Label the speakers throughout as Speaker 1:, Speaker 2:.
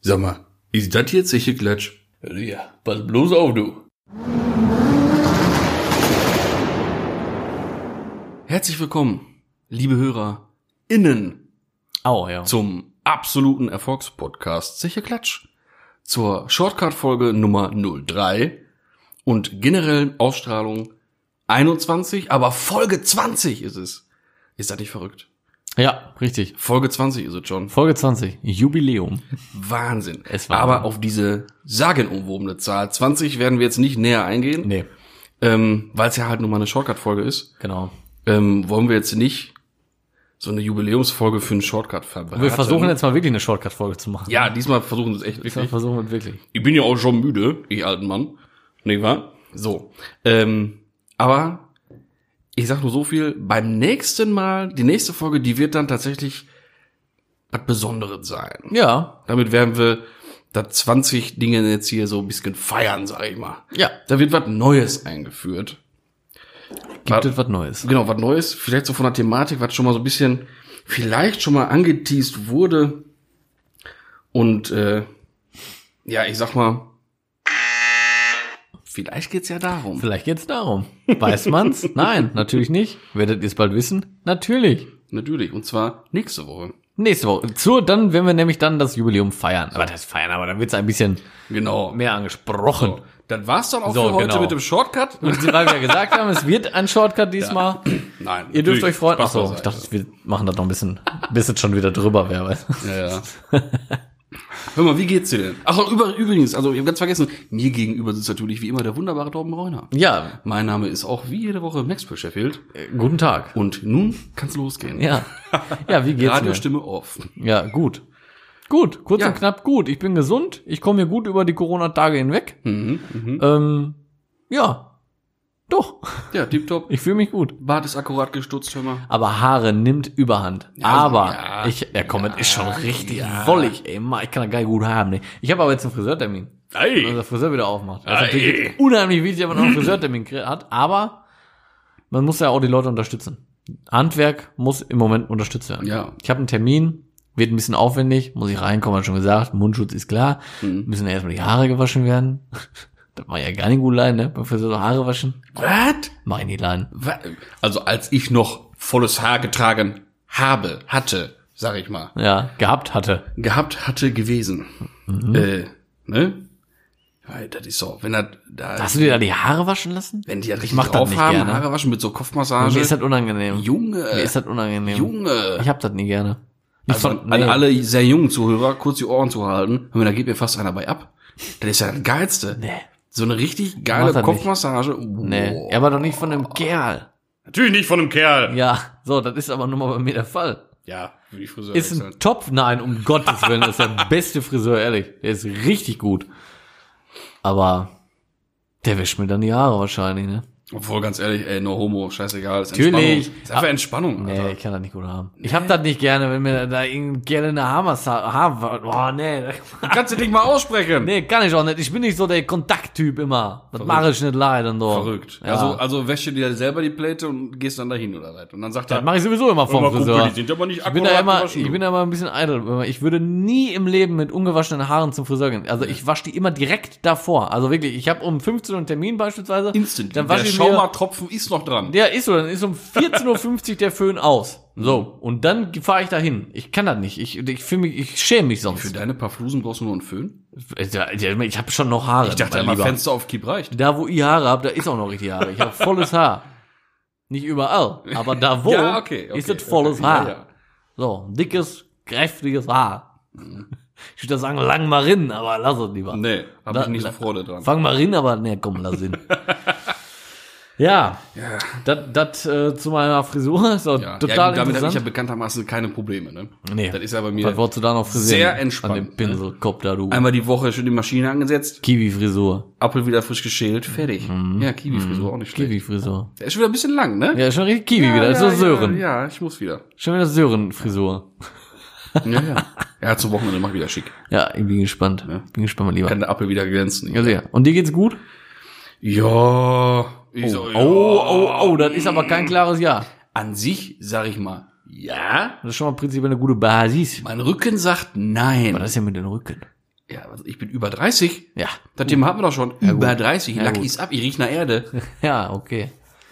Speaker 1: Sag mal, ist das jetzt sicher Klatsch?
Speaker 2: Ja, pass bloß auf, du.
Speaker 1: Herzlich willkommen, liebe HörerInnen,
Speaker 2: Au, ja.
Speaker 1: zum absoluten Erfolgspodcast Sicher Klatsch, zur Shortcut-Folge Nummer 03 und generellen Ausstrahlung 21, aber Folge 20 ist es. Ist das nicht verrückt?
Speaker 2: Ja, richtig.
Speaker 1: Folge 20 ist es schon.
Speaker 2: Folge 20. Jubiläum.
Speaker 1: Wahnsinn.
Speaker 2: Es war-
Speaker 1: aber auf diese sagenumwobene Zahl 20 werden wir jetzt nicht näher eingehen,
Speaker 2: Nee.
Speaker 1: ähm, weil es ja halt nur mal eine Shortcut-Folge ist.
Speaker 2: Genau.
Speaker 1: ähm, wollen wir jetzt nicht so eine Jubiläumsfolge für einen Shortcut verbreiten.
Speaker 2: Wir versuchen jetzt mal wirklich eine Shortcut-Folge zu machen.
Speaker 1: Ja, diesmal versuchen wir es echt
Speaker 2: Diesmal
Speaker 1: wirklich.
Speaker 2: versuchen wir es wirklich.
Speaker 1: Ich bin ja auch schon müde, ich alten Mann. Nicht wahr? So. Ähm, aber ich sag nur so viel, beim nächsten Mal, die nächste Folge, die wird dann tatsächlich was Besonderes sein.
Speaker 2: Ja.
Speaker 1: Damit werden wir da 20 Dinge jetzt hier so ein bisschen feiern, sag ich mal.
Speaker 2: Ja.
Speaker 1: Da wird was Neues eingeführt.
Speaker 2: Gibt es was Neues?
Speaker 1: Genau, was Neues, vielleicht so von der Thematik, was schon mal so ein bisschen, vielleicht schon mal angeteased wurde. Und äh, ja, ich sag mal, vielleicht geht's ja darum.
Speaker 2: Vielleicht geht's darum. Weiß man's? Nein, natürlich nicht. Werdet ihr es bald wissen? Natürlich.
Speaker 1: Natürlich, und zwar nächste Woche.
Speaker 2: Nächste Woche. Zu, dann werden wir nämlich dann das Jubiläum feiern. Aber das feiern, aber dann wird's ein bisschen
Speaker 1: Genau.
Speaker 2: mehr angesprochen.
Speaker 1: Dann war's dann auch
Speaker 2: So,
Speaker 1: für heute
Speaker 2: genau.
Speaker 1: mit dem Shortcut.
Speaker 2: Und weil wir gesagt haben, es wird ein Shortcut diesmal.
Speaker 1: Nein,
Speaker 2: Ihr dürft
Speaker 1: natürlich.
Speaker 2: euch freuen.
Speaker 1: Spaß
Speaker 2: Achso,
Speaker 1: beiseite.
Speaker 2: ich dachte, wir machen das noch ein bisschen, bis es schon wieder drüber wäre. weißt du?
Speaker 1: Ja, ja. Hör mal, wie geht's dir denn? Ach, über, übrigens, also ich hab ganz vergessen, mir gegenüber sitzt natürlich wie immer der wunderbare Torben Reuner.
Speaker 2: Ja,
Speaker 1: Mein Name ist auch wie jede Woche Max für Sheffield.
Speaker 2: äh, guten Tag.
Speaker 1: Und nun kann's losgehen.
Speaker 2: Ja. Ja, wie geht's mir?
Speaker 1: Radiostimme off.
Speaker 2: Ja, gut. Gut, kurz
Speaker 1: Ja.
Speaker 2: und knapp gut. Ich bin gesund. Ich komme hier gut über die Corona-Tage hinweg.
Speaker 1: Mhm,
Speaker 2: Ähm, ja, doch.
Speaker 1: Ja, tipptopp.
Speaker 2: Ich fühle mich gut.
Speaker 1: Bart ist akkurat gestutzt, hör mal.
Speaker 2: Aber Haare nimmt überhand. aber
Speaker 1: ja,
Speaker 2: ich, der Comment ist schon richtig
Speaker 1: ja.
Speaker 2: wollig, ey. Mann, Ich kann das geil gut haben. Ne? Ich habe aber jetzt einen Friseurtermin. Wenn
Speaker 1: Ey!
Speaker 2: unser Friseur wieder aufmacht. Das
Speaker 1: Ei.
Speaker 2: ist natürlich jetzt unheimlich wichtig, wenn man noch einen Friseurtermin krie- hat, aber man muss ja auch die Leute unterstützen. Handwerk muss im Moment unterstützt werden.
Speaker 1: Ja.
Speaker 2: Ich habe einen Termin, wird ein bisschen aufwendig, muss ich reinkommen, hat schon gesagt, Mundschutz ist klar,
Speaker 1: Mhm.
Speaker 2: müssen ja erstmal die Haare gewaschen werden. das war ja gar nicht gut leiden, ne? Beim Friseur so Haare waschen,
Speaker 1: Was?
Speaker 2: mach ich nicht leiden.
Speaker 1: Also als ich noch volles Haar getragen habe, hatte, sag ich mal,
Speaker 2: Ja, gehabt hatte.
Speaker 1: gehabt hatte gewesen. Äh, ne? Weil das ist so, wenn das, da,
Speaker 2: Hast du dir da die Haare waschen lassen?
Speaker 1: wenn die das richtig
Speaker 2: mach das nicht
Speaker 1: aufhaben,
Speaker 2: gerne.
Speaker 1: Haare waschen mit so Kopfmassage.
Speaker 2: Mir ist das unangenehm.
Speaker 1: Junge,
Speaker 2: Mir ist das unangenehm.
Speaker 1: Junge.
Speaker 2: Ich hab das nie gerne. Nicht
Speaker 1: Also
Speaker 2: von-
Speaker 1: an
Speaker 2: nee.
Speaker 1: alle sehr jungen Zuhörer, kurz die Ohren zu halten. Hör mal, da geht mir fast einer bei ab. Das ist ja das Geilste.
Speaker 2: Nee.
Speaker 1: So eine richtig
Speaker 2: Mach
Speaker 1: geile
Speaker 2: das nicht.
Speaker 1: Kopfmassage.
Speaker 2: Nee,
Speaker 1: Wow.
Speaker 2: er war doch nicht von einem Kerl.
Speaker 1: Natürlich nicht von einem Kerl.
Speaker 2: Ja, so, das ist aber nur mal bei mir der Fall.
Speaker 1: Ja, für die Friseur.
Speaker 2: Ist ein Top? Nein, um Gottes Willen, das ist der beste Friseur, ehrlich. Der ist richtig gut. Aber der wäscht mir dann die Haare wahrscheinlich, ne?
Speaker 1: Obwohl, ganz ehrlich, ey, no homo, scheißegal. Ist
Speaker 2: Natürlich. Ah.
Speaker 1: Entspannung. Ist einfach Entspannung,
Speaker 2: Nee,
Speaker 1: Alter.
Speaker 2: ich kann das nicht gut haben. Ich hab das nicht gerne, wenn mir da irgendein gerne eine Haarmassage, Haar, boah, nee.
Speaker 1: Kannst du dich mal aussprechen?
Speaker 2: Nee, kann ich auch nicht. Ich bin nicht so der Kontakttyp immer. Das mache ich nicht leider so.
Speaker 1: Verrückt.
Speaker 2: Ja.
Speaker 1: Also, also wäsche dir selber die Pläte und gehst dann dahin oder was? Und dann sagt
Speaker 2: das
Speaker 1: er,
Speaker 2: mache ich sowieso immer vom
Speaker 1: Hör mal, Kumpel,
Speaker 2: Friseur.
Speaker 1: die sind aber nicht
Speaker 2: ich bin da
Speaker 1: akkurat
Speaker 2: immer,
Speaker 1: gewaschen,
Speaker 2: ich
Speaker 1: du.
Speaker 2: bin da immer ein bisschen eitel. Ich würde nie im Leben mit ungewaschenen Haaren zum Friseur gehen. Also ich wasche die immer direkt davor. Also wirklich, ich habe um 15 Uhr einen Termin beispielsweise.
Speaker 1: instant.
Speaker 2: Dann
Speaker 1: der
Speaker 2: wasche ich mir,
Speaker 1: Schaumatropfen ist noch dran.
Speaker 2: der ist so, dann ist um 14.50 Uhr der Föhn aus. So.
Speaker 1: Mhm.
Speaker 2: Und dann fahre ich dahin. Ich kann das nicht. Ich, ich fühle mich, ich schäme mich
Speaker 1: Für
Speaker 2: sonst.
Speaker 1: deine paar Flusen brauchst du nur einen Föhn?
Speaker 2: Ja, ja, Ich habe schon noch Haare.
Speaker 1: Ich dachte
Speaker 2: Also
Speaker 1: immer,
Speaker 2: mein Lieber.
Speaker 1: Fenster auf Kipp reicht.
Speaker 2: Da, wo ich Haare hab, da ist auch noch richtig Haare. Ich habe volles Haar. Nicht überall, aber da wo Oh, ist das volles
Speaker 1: okay.
Speaker 2: Haar.
Speaker 1: Ja, ja.
Speaker 2: So, dickes, kräftiges Haar. Ich würde sagen, lang mal rinnen, aber lass es lieber.
Speaker 1: Nee, hab
Speaker 2: Da-
Speaker 1: ich nicht so
Speaker 2: da-
Speaker 1: Freude dran.
Speaker 2: Fang mal rinnen, aber nee, komm, lass ihn. ja,
Speaker 1: Ja.
Speaker 2: das dat, äh, zu meiner Frisur ist auch
Speaker 1: Ja, ja,
Speaker 2: total
Speaker 1: damit habe ich ja
Speaker 2: interessant.
Speaker 1: bekanntermaßen keine Probleme, ne?
Speaker 2: Nee.
Speaker 1: Das ist ja bei
Speaker 2: Was
Speaker 1: mir
Speaker 2: wolltest du da noch frisieren?
Speaker 1: sehr entspannt, ne?
Speaker 2: An dem Pinselkopf da, du.
Speaker 1: einmal die Woche schon die Maschine angesetzt,
Speaker 2: Kiwi-Frisur.
Speaker 1: Apfel wieder frisch geschält, fertig. Ja, Kiwi-Frisur auch nicht schlecht.
Speaker 2: Kiwi-Frisur.
Speaker 1: Der ist schon wieder ein bisschen lang, ne?
Speaker 2: Mhm. Ja, schon richtig Kiwi wieder.
Speaker 1: ja,
Speaker 2: ist so Sören.
Speaker 1: Ja, ja, ich muss wieder.
Speaker 2: Schon wieder Sören-Frisur.
Speaker 1: Ja, ja. ja, zum Wochenende mach ich wieder schick.
Speaker 2: Ja, ich bin gespannt. Bin gespannt, mein Lieber.
Speaker 1: Kann der Apfel wieder glänzen.
Speaker 2: Ja, sehr. Und dir geht's gut?
Speaker 1: Ja. Ich so,
Speaker 2: Oh,
Speaker 1: ja.
Speaker 2: oh, oh, das ist aber kein klares Ja.
Speaker 1: An sich sag ich mal, ja.
Speaker 2: Das ist schon mal prinzipiell eine gute Basis.
Speaker 1: Mein Rücken sagt nein.
Speaker 2: Was ist denn mit dem Rücken?
Speaker 1: Ja, also ich bin über 30.
Speaker 2: Ja.
Speaker 1: Das Thema hatten wir doch schon. über
Speaker 2: gut.
Speaker 1: 30.
Speaker 2: Ja,
Speaker 1: Lack
Speaker 2: gut.
Speaker 1: ist ab, ich riech nach Erde.
Speaker 2: Ja, okay.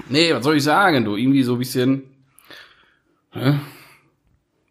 Speaker 1: Nee, was soll ich sagen, du? Irgendwie so ein bisschen. Ne?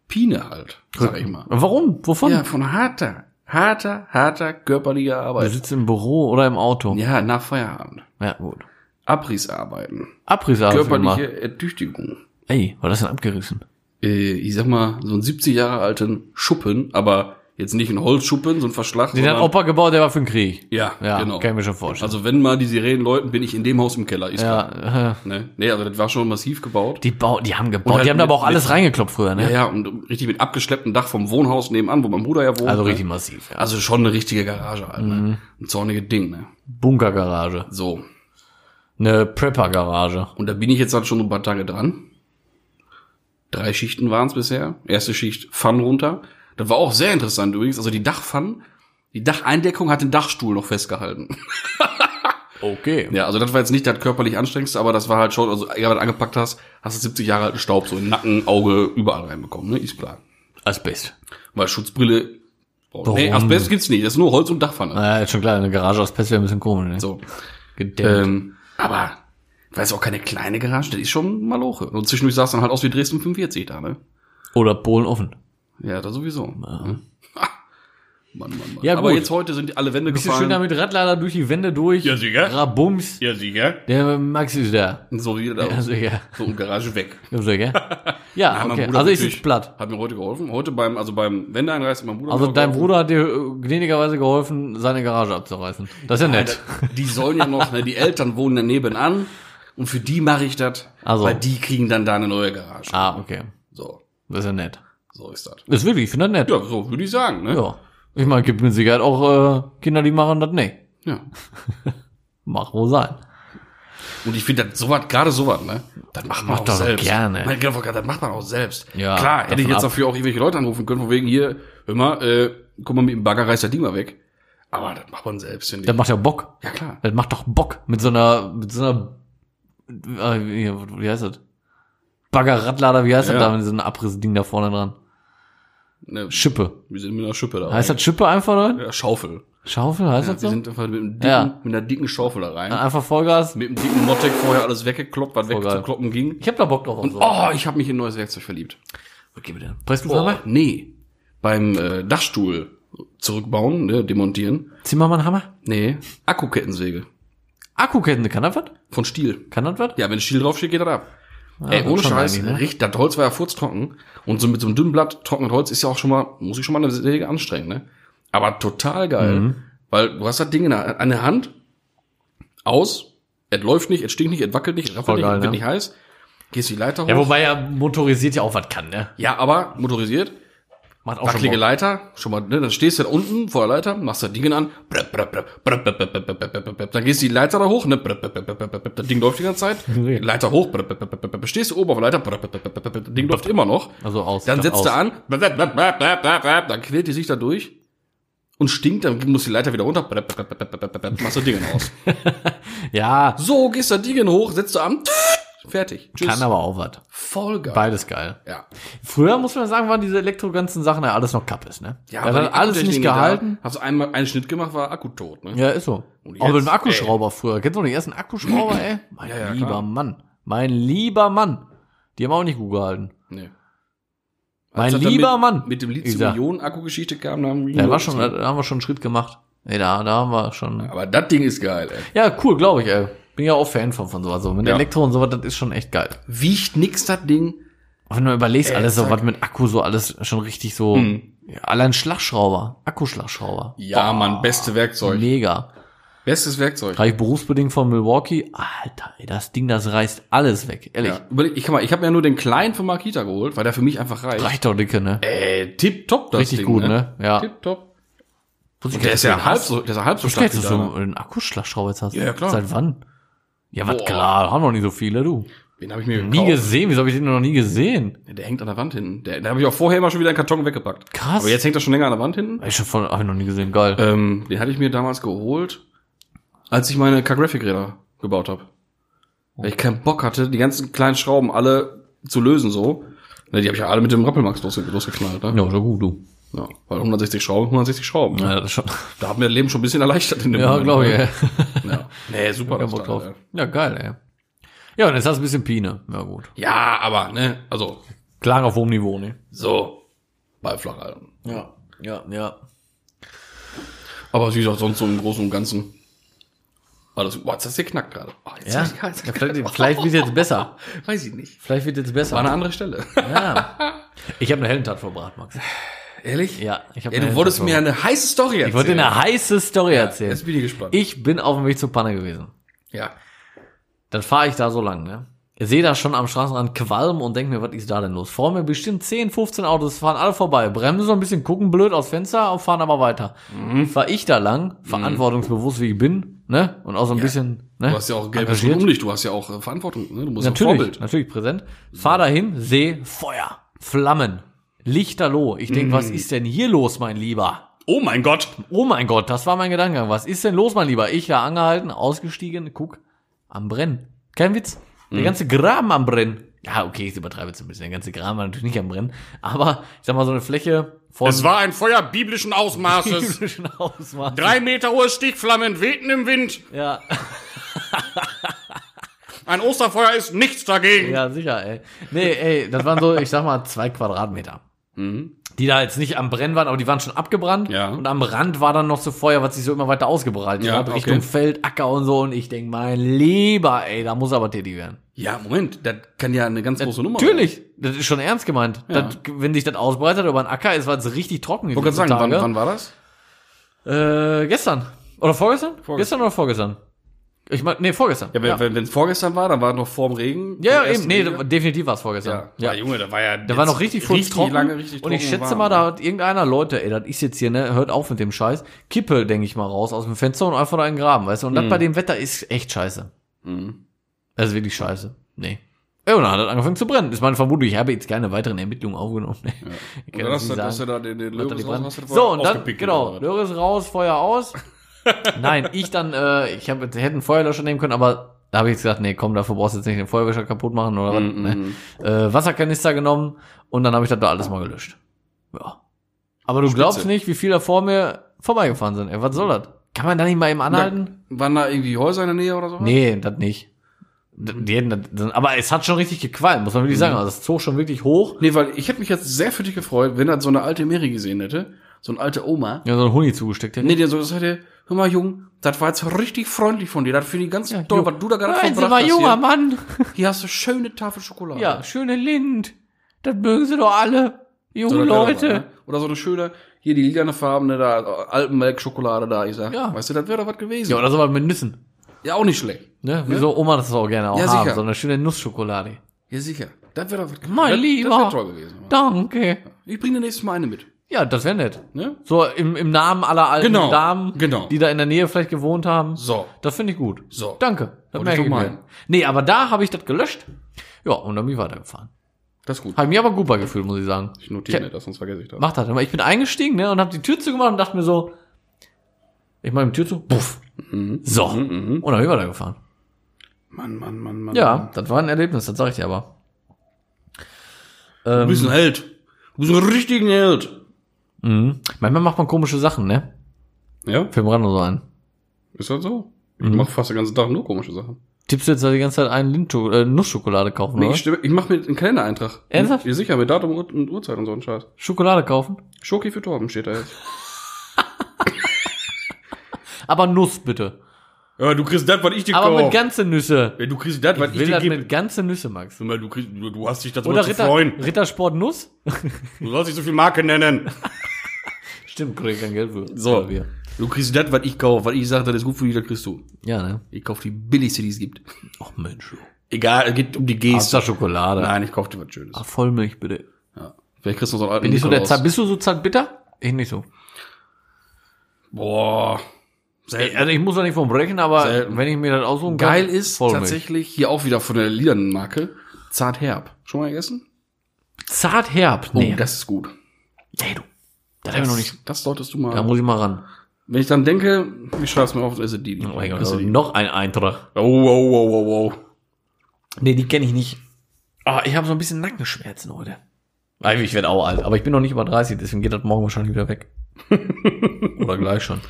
Speaker 1: Pine halt, sag ich mal.
Speaker 2: Warum? Wovon?
Speaker 1: Ja, von harter, harter, harter körperlicher
Speaker 2: Du
Speaker 1: Arbeit.
Speaker 2: sitzt im Büro oder im Auto.
Speaker 1: Ja, nach Feierabend.
Speaker 2: Ja, gut.
Speaker 1: Abrissarbeiten.
Speaker 2: Abrissarbeit gemacht.
Speaker 1: Körperliche Ertüchtigung.
Speaker 2: Ey, war das denn abgerissen?
Speaker 1: Äh, Ich sag mal, so einen 70 Jahre alten Schuppen, aber jetzt nicht ein Holzschuppen, so ein Verschlag.
Speaker 2: Den hat
Speaker 1: sondern-
Speaker 2: Opa gebaut, der war für den Krieg.
Speaker 1: ja,
Speaker 2: Ja,
Speaker 1: genau.
Speaker 2: kann ich mir schon vorstellen.
Speaker 1: Also wenn mal die Sirenen läuten, bin ich in dem Haus im Keller. Ist klar.
Speaker 2: ja, äh,
Speaker 1: Ne? Nee, also das war schon massiv gebaut.
Speaker 2: die, bau, die haben
Speaker 1: Und
Speaker 2: gebaut,
Speaker 1: halt
Speaker 2: die haben da aber
Speaker 1: mit-
Speaker 2: auch alles
Speaker 1: mit-
Speaker 2: reingeklopft früher, ne?
Speaker 1: ja, ja, und richtig mit abgeschlepptem Dach vom Wohnhaus nebenan, wo mein Bruder ja wohnt.
Speaker 2: Also
Speaker 1: ne?
Speaker 2: richtig Mhm. massiv, ja.
Speaker 1: Also schon eine richtige Garage, halt, ne? Ein zorniges Ding, ne?
Speaker 2: Bunkergarage.
Speaker 1: So.
Speaker 2: Eine Preppergarage.
Speaker 1: Und da bin ich jetzt halt schon ein paar Tage dran. Drei Schichten waren es bisher. Erste Schicht Pfannen runter. Das war auch sehr interessant übrigens. Also die Dachpfannen, die Dacheindeckung hat den Dachstuhl noch festgehalten.
Speaker 2: Okay.
Speaker 1: Ja, also das war jetzt nicht das körperlich anstrengendste, aber das war halt schon, also egal was du angepackt hast, hast du 70 Jahre alten Staub so in Nacken, Auge, überall reinbekommen, ne? Ist klar.
Speaker 2: Asbest.
Speaker 1: Weil Schutzbrille. Oh, nee,
Speaker 2: Warum?
Speaker 1: Asbest gibt's nicht, das ist nur Holz und Dachpfanne.
Speaker 2: Naja, ist schon klar, eine Garage aus Pest wäre ein bisschen komisch, ne?
Speaker 1: So.
Speaker 2: Gedämmt.
Speaker 1: Ähm, aber weil es auch keine kleine Garage, das ist schon Maloche. Und zwischendurch sah es dann halt aus wie Dresden 45 da, ne?
Speaker 2: Oder Polen offen.
Speaker 1: Ja, da sowieso. Mann, Mann, Mann.
Speaker 2: Ja,
Speaker 1: aber
Speaker 2: gut.
Speaker 1: jetzt heute sind alle Wände
Speaker 2: Bisschen schön
Speaker 1: gefallen.
Speaker 2: damit Radlader durch die Wände durch.
Speaker 1: Ja, sicher.
Speaker 2: Rabums.
Speaker 1: Ja, sicher.
Speaker 2: Der Max ist da. Also,
Speaker 1: So wieder da.
Speaker 2: Ja, sicher.
Speaker 1: So und Garage weg.
Speaker 2: Ja, sicher. Ja,
Speaker 1: mein
Speaker 2: okay.
Speaker 1: Bruder
Speaker 2: Also ich
Speaker 1: natürlich-
Speaker 2: sitze platt.
Speaker 1: Hat mir heute geholfen. Heute beim, also beim Wendeeinreißen, mein Bruder.
Speaker 2: Also
Speaker 1: hat
Speaker 2: dein
Speaker 1: geholfen.
Speaker 2: Bruder hat dir äh, gnädigerweise geholfen, seine Garage abzureißen. Das ist ja nett.
Speaker 1: Die sollen ja noch, ne, die Eltern wohnen ja nebenan. Und für die mache ich das.
Speaker 2: Also.
Speaker 1: Weil die kriegen dann da eine neue Garage.
Speaker 2: Ah, okay.
Speaker 1: So,
Speaker 2: Das ist ja nett.
Speaker 1: so ist das.
Speaker 2: Das ist wirklich, ich finde das nett.
Speaker 1: Ja, so würde ich sagen, ne?
Speaker 2: Ja. Ich meine, gibt mit Sicherheit auch äh, Kinder, die machen das nicht.
Speaker 1: ja.
Speaker 2: Mach wohl sein.
Speaker 1: Und ich finde, das sowas, gerade sowas, ne? Das macht man
Speaker 2: Macht
Speaker 1: auch
Speaker 2: doch
Speaker 1: selbst.
Speaker 2: gerne.
Speaker 1: Mein Gott, das macht man auch selbst.
Speaker 2: Ja,
Speaker 1: Klar, hätte ich
Speaker 2: davon
Speaker 1: jetzt
Speaker 2: ab.
Speaker 1: dafür auch irgendwelche Leute anrufen können, von wegen hier, hör mal, äh, guck mal, mit dem Bagger reißt das Ding mal weg. Aber das macht man selbst, finde
Speaker 2: Das
Speaker 1: ich.
Speaker 2: macht ja Bock.
Speaker 1: Ja, klar.
Speaker 2: Das macht doch Bock mit so einer, mit so einer, äh, wie- wie heißt das? Baggerradlader, wie heißt
Speaker 1: Ja.
Speaker 2: das da mit so einem Abrissding da vorne dran?
Speaker 1: Ne,
Speaker 2: Schippe.
Speaker 1: wir sind mit einer Schippe da.
Speaker 2: Heißt das Schippe einfach, Leute?
Speaker 1: Ja, Schaufel.
Speaker 2: Schaufel, heißt
Speaker 1: Ja,
Speaker 2: das
Speaker 1: wir
Speaker 2: so?
Speaker 1: sind einfach mit, einem dicken,
Speaker 2: Ja.
Speaker 1: mit einer dicken Schaufel da rein.
Speaker 2: Einfach Vollgas?
Speaker 1: Mit dem dicken Mottek vorher alles weggekloppt, was
Speaker 2: Voll Oh, geil.
Speaker 1: wegzukloppen ging.
Speaker 2: Ich hab da Bock drauf. Und so.
Speaker 1: Oh, ich habe mich in ein neues Werkzeug verliebt.
Speaker 2: Gib mir den. Presst du
Speaker 1: Oh,
Speaker 2: Hammer?
Speaker 1: nee. Beim äh, Dachstuhl zurückbauen, ne, demontieren.
Speaker 2: Zimmermann Hammer?
Speaker 1: Nee. Akkukettensäge.
Speaker 2: Akkuketten, kann das was?
Speaker 1: Von Stiel.
Speaker 2: Kann das was?
Speaker 1: Ja, wenn Stiel draufsteht, geht das ab. Ey,
Speaker 2: das
Speaker 1: ohne
Speaker 2: schon
Speaker 1: Scheiß,
Speaker 2: eigentlich, ne?
Speaker 1: richtig, das Holz war ja furztrocken. Und so mit so einem dünnen Blatt trocknet Holz ist ja auch schon mal, muss ich schon mal eine Säge anstrengen, ne? Aber total geil.
Speaker 2: Mhm.
Speaker 1: Weil du hast das Ding in der, an der Hand, aus, es läuft nicht, es stinkt nicht, es wackelt nicht, es raffelt
Speaker 2: Voll
Speaker 1: nicht,
Speaker 2: geil,
Speaker 1: es wird
Speaker 2: ne?
Speaker 1: nicht heiß. Gehst die Leiter hoch.
Speaker 2: Ja, wobei ja motorisiert ja auch was kann, ne?
Speaker 1: Ja, aber motorisiert,
Speaker 2: Macht auch schon
Speaker 1: wackelige
Speaker 2: Bock.
Speaker 1: Leiter, schon mal, ne, dann stehst du da unten vor der Leiter, machst das Ding an, blub, blub, blub, blub, blub, blub, blub, blub, blub, blub. dann gehst du die Leiter da hoch, ne, blub, blub, blub, blub, blub, blub, das Ding läuft die ganze Zeit, Leiter hoch, blub, blub, blub, blub, blub, stehst du oben auf der Leiter, blub, blub, blub, blub, blub, das Ding läuft immer noch,
Speaker 2: Also aus.
Speaker 1: dann
Speaker 2: das
Speaker 1: setzt
Speaker 2: aus.
Speaker 1: er an, blub, blub, blub, blub, blub, blub, blub, dann quält die sich da durch und stinkt, dann muss die Leiter wieder runter, blub, blub, blub, blub, blub, blub, machst du Dingen aus.
Speaker 2: Ja,
Speaker 1: So, gehst du Dingen hoch, setzt du an, fertig,
Speaker 2: kann
Speaker 1: tschüss,
Speaker 2: aber auch was.
Speaker 1: voll geil.
Speaker 2: Beides geil.
Speaker 1: Ja.
Speaker 2: Früher muss man sagen, waren diese Elektro-ganzen Sachen ja alles noch kapp ist, ne?
Speaker 1: Ja,
Speaker 2: Weil
Speaker 1: aber
Speaker 2: dann
Speaker 1: die
Speaker 2: alles nicht
Speaker 1: Akkutechnik da,
Speaker 2: gehalten.
Speaker 1: Hast du einmal einen Schnitt gemacht, war Akku tot, ne?
Speaker 2: Ja, ist so.
Speaker 1: Und
Speaker 2: Auch mit
Speaker 1: jetzt,
Speaker 2: dem Akkuschrauber früher. Kennst du noch den ersten Akkuschrauber, ey? Mein
Speaker 1: Ja, ja,
Speaker 2: lieber
Speaker 1: klar.
Speaker 2: Mann. Mein lieber Mann. Die haben auch nicht gut gehalten.
Speaker 1: Nee.
Speaker 2: Mein
Speaker 1: Als er
Speaker 2: lieber
Speaker 1: mit,
Speaker 2: Mann.
Speaker 1: Mit dem
Speaker 2: Ich sag.
Speaker 1: Lithium-Ionen-Akku-Geschichte kam, da haben wir
Speaker 2: Da, war schon, da haben wir schon einen Schritt gemacht. Ey, da, da haben wir schon.
Speaker 1: Aber das Ding ist geil, ey.
Speaker 2: Ja, cool, glaube ich, ey. Bin ja auch Fan von, von sowas. Also mit
Speaker 1: Ja.
Speaker 2: Elektro und sowas, das ist schon echt geil.
Speaker 1: Wiegt nix, das Ding.
Speaker 2: Und wenn du mal überlegst, alles so
Speaker 1: zack.
Speaker 2: was mit Akku, so alles schon richtig so.
Speaker 1: Mhm.
Speaker 2: Ja, allein Schlagschrauber, Akkuschlagschrauber.
Speaker 1: Ja, Mann, beste Werkzeug.
Speaker 2: Mega.
Speaker 1: Bestes Werkzeug.
Speaker 2: Reich berufsbedingt von Milwaukee. Alter, ey, das Ding, das reißt alles weg. Ehrlich.
Speaker 1: Ja. Überleg, ich kann mal, ich habe mir ja nur den kleinen von Makita geholt, weil der für mich einfach reicht.
Speaker 2: Reicht doch dicke, ne?
Speaker 1: Äh, tipptopp das
Speaker 2: Richtig
Speaker 1: Ding,
Speaker 2: gut, ne? Ja.
Speaker 1: Tipptopp.
Speaker 2: Wusste ich
Speaker 1: Der
Speaker 2: gar
Speaker 1: ist
Speaker 2: nicht,
Speaker 1: ja
Speaker 2: dass
Speaker 1: halb
Speaker 2: du
Speaker 1: so, der ist ja halb so
Speaker 2: den hast. Verstehst du,
Speaker 1: wie
Speaker 2: dass
Speaker 1: deiner.
Speaker 2: du einen Akkuschlagschrauber jetzt hast?
Speaker 1: Ja, ja, klar.
Speaker 2: Seit wann? Ja, was
Speaker 1: Boah.
Speaker 2: klar, haben noch nicht so viele, du.
Speaker 1: Den habe ich mir
Speaker 2: Nie
Speaker 1: gekauft.
Speaker 2: gesehen, wieso habe ich den noch nie gesehen?
Speaker 1: Der hängt an der Wand hinten. Der, der habe ich auch vorher immer schon wieder einen Karton weggepackt.
Speaker 2: Krass.
Speaker 1: Aber jetzt hängt er schon länger an der Wand hinten.
Speaker 2: Hab ich schon voll, hab ich noch nie gesehen, geil.
Speaker 1: Ähm, den hatte ich mir damals geholt, als ich meine K-Graphic-Räder gebaut habe. Weil ich keinen Bock hatte, die ganzen kleinen Schrauben alle zu lösen so. Ne, die habe ich ja alle mit dem Rappelmax losge losgeknallt. Ne?
Speaker 2: ja, so gut, du.
Speaker 1: Ja, weil 160 Schrauben, 160 Schrauben.
Speaker 2: Ja, das ist schon.
Speaker 1: Da hat mir das Leben schon ein bisschen erleichtert in dem
Speaker 2: Ja,
Speaker 1: Moment,
Speaker 2: glaube ich.
Speaker 1: ne?
Speaker 2: ey.
Speaker 1: Ja. Nee, super.
Speaker 2: Ja,
Speaker 1: Das
Speaker 2: Bock
Speaker 1: Teil,
Speaker 2: drauf.
Speaker 1: ey.
Speaker 2: Ja, geil, ey. Ja, und jetzt hast du ein bisschen Pine. Ja, gut.
Speaker 1: ja, aber, ne, also,
Speaker 2: Klar auf hohem Niveau, ne?
Speaker 1: so, bei Flachhalten.
Speaker 2: Ja, ja, ja.
Speaker 1: Aber wie gesagt, sonst so im Großen und Ganzen. Alles, boah, jetzt hast du geknackt gerade. Oh, jetzt
Speaker 2: Ja,
Speaker 1: hab ich- jetzt-
Speaker 2: vielleicht, vielleicht wird jetzt besser.
Speaker 1: weiß ich nicht.
Speaker 2: Vielleicht wird jetzt
Speaker 1: War eine
Speaker 2: besser.
Speaker 1: andere Stelle.
Speaker 2: Ja. Ich habe eine Heldentat verbracht, Max.
Speaker 1: Ehrlich?
Speaker 2: Ja, ich habe
Speaker 1: Ja, du wolltest mir eine heiße Story erzählen.
Speaker 2: Ich wollte eine heiße Story erzählen.
Speaker 1: Jetzt bin ich gespannt.
Speaker 2: Ich bin auf dem Weg zur Panne gewesen.
Speaker 1: ja.
Speaker 2: Dann fahre ich da so lang, ne? Ich sehe da schon am Straßenrand Qualm und denke mir, was ist da denn los? Vor mir bestimmt 10, 15 Autos, fahren alle vorbei, bremsen so ein bisschen, gucken blöd aus Fenster und fahren aber weiter.
Speaker 1: Mhm.
Speaker 2: Fahr ich da lang, verantwortungsbewusst wie ich bin, ne? Und auch so ein bisschen, ne?
Speaker 1: Du hast ja auch gelbes
Speaker 2: engagiert.
Speaker 1: Licht, du hast ja auch äh, Verantwortung. Ne? Du musst ein
Speaker 2: Natürlich,
Speaker 1: Vorbild.
Speaker 2: natürlich präsent. Fahr dahin, sehe Feuer, Flammen, Lichterloh. Ich denke,
Speaker 1: Mhm.
Speaker 2: was ist denn hier los, mein Lieber?
Speaker 1: Oh mein Gott.
Speaker 2: Oh mein Gott, das war mein Gedankengang. Was ist denn los, mein Lieber? Ich da angehalten, ausgestiegen, guck, am Brennen. Kein Witz.
Speaker 1: Mhm.
Speaker 2: Der ganze Graben am Brennen. Ja, okay, ich übertreibe jetzt ein bisschen. Der ganze Graben war natürlich nicht am Brennen. Aber ich sag mal, so eine Fläche von
Speaker 1: war ein Feuer biblischen Ausmaßes.
Speaker 2: biblischen Ausmaß.
Speaker 1: Drei Meter hohe Stichflammen wehten im Wind.
Speaker 2: Ja,
Speaker 1: Ein Osterfeuer ist nichts dagegen.
Speaker 2: ja, sicher, ey. Nee, ey, das waren so, ich sag mal, zwei Quadratmeter. Die da jetzt nicht am Brennen waren, aber die waren schon abgebrannt.
Speaker 1: Mhm. Ja.
Speaker 2: Und am Rand war dann noch so Feuer, was sich so immer weiter ausgebreitet
Speaker 1: Ja,
Speaker 2: hat.
Speaker 1: okay.
Speaker 2: Richtung Feld, Acker und so. Und ich denk, mein Lieber, ey, da muss aber tätig werden.
Speaker 1: Ja, Moment, das kann ja eine ganz große Nummer
Speaker 2: Natürlich, das ist schon ernst gemeint.
Speaker 1: Ja.
Speaker 2: Das, wenn sich das ausbreitet über einen Acker ist, war es richtig trocken. die
Speaker 1: Ich wollte
Speaker 2: letzten
Speaker 1: gerade sagen, wann,
Speaker 2: Tage.
Speaker 1: wann war das?
Speaker 2: Äh, gestern. Oder vorgestern?
Speaker 1: Vorgestern.
Speaker 2: Gestern oder vorgestern? Ich meine, nee, vorgestern.
Speaker 1: Ja, wenn es vorgestern war, dann war noch vorm Regen.
Speaker 2: ja,
Speaker 1: Vom
Speaker 2: ja eben.
Speaker 1: ersten
Speaker 2: Nee,
Speaker 1: Regen.
Speaker 2: definitiv war es vorgestern.
Speaker 1: ja. ja, Junge, da war ja.
Speaker 2: Da war noch richtig voll
Speaker 1: richtig
Speaker 2: trocken.
Speaker 1: lange, richtig
Speaker 2: und ich
Speaker 1: trocken
Speaker 2: schätze
Speaker 1: warm.
Speaker 2: mal, da hat irgendeiner, Leute, ey, das ist jetzt hier, ne, hört auf mit dem Scheiß. Kippe, denke ich mal, raus aus dem Fenster und einfach da in den Graben, weißt du? Und das bei dem Wetter ist echt scheiße.
Speaker 1: Mhm.
Speaker 2: Das ist wirklich scheiße. Nee. Ja, und dann hat das angefangen zu brennen. Ist meine Vermutung, ich habe jetzt keine weiteren Ermittlungen aufgenommen. Ich kann
Speaker 1: Oder
Speaker 2: das
Speaker 1: hast
Speaker 2: nicht
Speaker 1: du halt dass
Speaker 2: sagen.
Speaker 1: du da den, den
Speaker 2: Hat dann
Speaker 1: Löwe
Speaker 2: die Brand-
Speaker 1: raus- hast du
Speaker 2: so, und dann,
Speaker 1: ausgepickt
Speaker 2: genau,
Speaker 1: oder was?
Speaker 2: Löris raus, Feuer aus. Nein, ich dann, äh, ich hab, hätte einen Feuerlöscher nehmen können, aber da habe ich jetzt gesagt, nee, komm, dafür brauchst du jetzt nicht den Feuerlöscher kaputt machen oder was.
Speaker 1: Mhm.
Speaker 2: ne? Äh, Wasserkanister genommen und dann habe ich das da alles mal gelöscht. Ja. Aber du glaubst nicht, wie viel da vor mir vorbeigefahren sind. Ey, was soll das? Kann man da nicht mal eben anhalten?
Speaker 1: Waren da irgendwie Häuser in der Nähe oder so?
Speaker 2: Nee, das nicht. D- Die hätten das- das, aber es hat schon richtig gequalmt, muss man
Speaker 1: Mhm.
Speaker 2: wirklich sagen. Also das zog schon wirklich hoch.
Speaker 1: Nee, weil ich hätte mich jetzt sehr für dich gefreut, wenn er so eine alte Mary gesehen hätte. So eine alte Oma.
Speaker 2: Ja, so ein Huni zugesteckt hätte.
Speaker 1: Nee, der so gesagt hätte, hör mal, Jung, das war jetzt richtig freundlich von dir. Das finde ich ganz toll, was du da gerade
Speaker 2: Nein, sie
Speaker 1: verbracht
Speaker 2: war junger
Speaker 1: hast.
Speaker 2: Mann.
Speaker 1: Hier. hier hast du schöne Tafel Schokolade.
Speaker 2: Ja, schöne Lind. Das mögen sie doch alle. Junge
Speaker 1: Oder
Speaker 2: Leute.
Speaker 1: Oder, ne? oder so eine schöne, hier die lilane Farbene da, Alpenmelk-Schokolade da. Ich sag,
Speaker 2: Ja.
Speaker 1: weißt du, das wäre doch was gewesen.
Speaker 2: Ja, oder sowas mit Nüssen.
Speaker 1: ja, auch nicht schlecht.
Speaker 2: Ne? Wieso Oma das auch gerne auch
Speaker 1: Ja,
Speaker 2: haben.
Speaker 1: sicher.
Speaker 2: So eine schöne Nussschokolade.
Speaker 1: Ja, sicher. Das wäre doch was gewesen.
Speaker 2: Mein
Speaker 1: das,
Speaker 2: Lieber.
Speaker 1: Das wäre toll gewesen.
Speaker 2: Danke.
Speaker 1: Ich bringe dir nächstes Mal eine mit.
Speaker 2: Ja, das wäre nett.
Speaker 1: Ne?
Speaker 2: So im, im Namen aller alten
Speaker 1: Genau,
Speaker 2: Damen,
Speaker 1: genau.
Speaker 2: die da in der Nähe vielleicht gewohnt haben.
Speaker 1: So.
Speaker 2: Das finde ich gut.
Speaker 1: So.
Speaker 2: Danke. Das
Speaker 1: Wollte
Speaker 2: merke
Speaker 1: ich
Speaker 2: ich
Speaker 1: doch
Speaker 2: mir.
Speaker 1: meinen.
Speaker 2: Nee, aber da habe ich das gelöscht. Ja, und dann bin ich weitergefahren.
Speaker 1: Das ist gut.
Speaker 2: Habe mir aber gut bei gefühlt, muss ich sagen.
Speaker 1: Ich notiere mir das, sonst vergesse ich das.
Speaker 2: Mach das. Aber ich bin eingestiegen, ne, und habe die Tür zugemacht und dachte mir so, ich mache die Tür zu, puff. So.
Speaker 1: Mhm,
Speaker 2: Und dann bin ich weitergefahren.
Speaker 1: Mann, Mann, Mann, Mann.
Speaker 2: Ja, das war ein Erlebnis, das sag ich dir aber.
Speaker 1: Du
Speaker 2: ähm,
Speaker 1: bist ein Held. Du bist ein richtiger Held.
Speaker 2: Mhm. Manchmal macht man komische Sachen, ne?
Speaker 1: Ja,
Speaker 2: Fällt mir gerade nur so ein.
Speaker 1: ist halt so. Ich
Speaker 2: Mhm.
Speaker 1: mache fast den ganzen Tag nur komische Sachen.
Speaker 2: Tippst du jetzt da die ganze Zeit einen Lind äh, Nussschokolade kaufen,
Speaker 1: Nee,
Speaker 2: oder?
Speaker 1: ich, stimme- ich mache mir einen Kalendereintrag.
Speaker 2: Ernsthaft?
Speaker 1: Ja, sicher, mit Datum und, und Uhrzeit und so ein Scheiß.
Speaker 2: Schokolade kaufen?
Speaker 1: Schoki für Torben steht da jetzt.
Speaker 2: Aber Nuss bitte.
Speaker 1: Ja, du kriegst das, was ich dir
Speaker 2: Aber
Speaker 1: kaufe.
Speaker 2: mit ganze Nüsse.
Speaker 1: ja, du kriegst das, was
Speaker 2: Ich
Speaker 1: ich,
Speaker 2: will
Speaker 1: dir
Speaker 2: das
Speaker 1: gebe.
Speaker 2: mit ganze Nüsse, Max.
Speaker 1: Sag mal, Du, kriegst, du, du hast dich dazu
Speaker 2: Oder
Speaker 1: zu
Speaker 2: Ritter,
Speaker 1: freuen.
Speaker 2: Rittersport Nuss?
Speaker 1: Du sollst nicht so viel Marke nennen.
Speaker 2: Stimmt, krieg ich kein Geld für.
Speaker 1: So.
Speaker 2: wir.
Speaker 1: Du kriegst das, was ich kaufe. Was ich sage, das ist gut für dich, das kriegst du.
Speaker 2: Ja, ne?
Speaker 1: Ich kaufe die billigste, die es gibt.
Speaker 2: Ach Mensch.
Speaker 1: Egal, es geht um die Geste.
Speaker 2: Pasta Schokolade.
Speaker 1: Nein, ich kaufe dir was Schönes.
Speaker 2: Ach, Vollmilch bitte.
Speaker 1: Ja. Vielleicht kriegst du noch so einen alten
Speaker 2: Bin ich so der
Speaker 1: Nikolaus.
Speaker 2: Zart, bist du so zart bitter? Ich nicht so.
Speaker 1: Boah.
Speaker 2: Ey, Also ich muss doch nicht vom brechen, aber
Speaker 1: Selten.
Speaker 2: wenn ich mir das aussuchen kann,
Speaker 1: Äh, Geil ist
Speaker 2: Vollmilch.
Speaker 1: tatsächlich hier auch wieder von der lilanen Marke zart herb. Schon mal gegessen?
Speaker 2: Zart herb.
Speaker 1: Oh,
Speaker 2: Nee,
Speaker 1: das ist gut.
Speaker 2: nee du. Das habe ich noch nicht.
Speaker 1: Das solltest du mal.
Speaker 2: Da muss ich mal ran.
Speaker 1: Wenn ich dann denke, ich schreibe es mir auf, ist es die. die.
Speaker 2: Oh mein Gott,
Speaker 1: Ist
Speaker 2: also
Speaker 1: es die.
Speaker 2: noch ein Eintrag.
Speaker 1: Oh, oh, oh, oh, oh.
Speaker 2: Nee, die kenne ich nicht. Ah, ich habe so ein bisschen Nackenschmerzen heute. Weil Ich werde auch alt, aber ich bin noch nicht über 30, deswegen geht das morgen wahrscheinlich wieder weg. Oder gleich schon.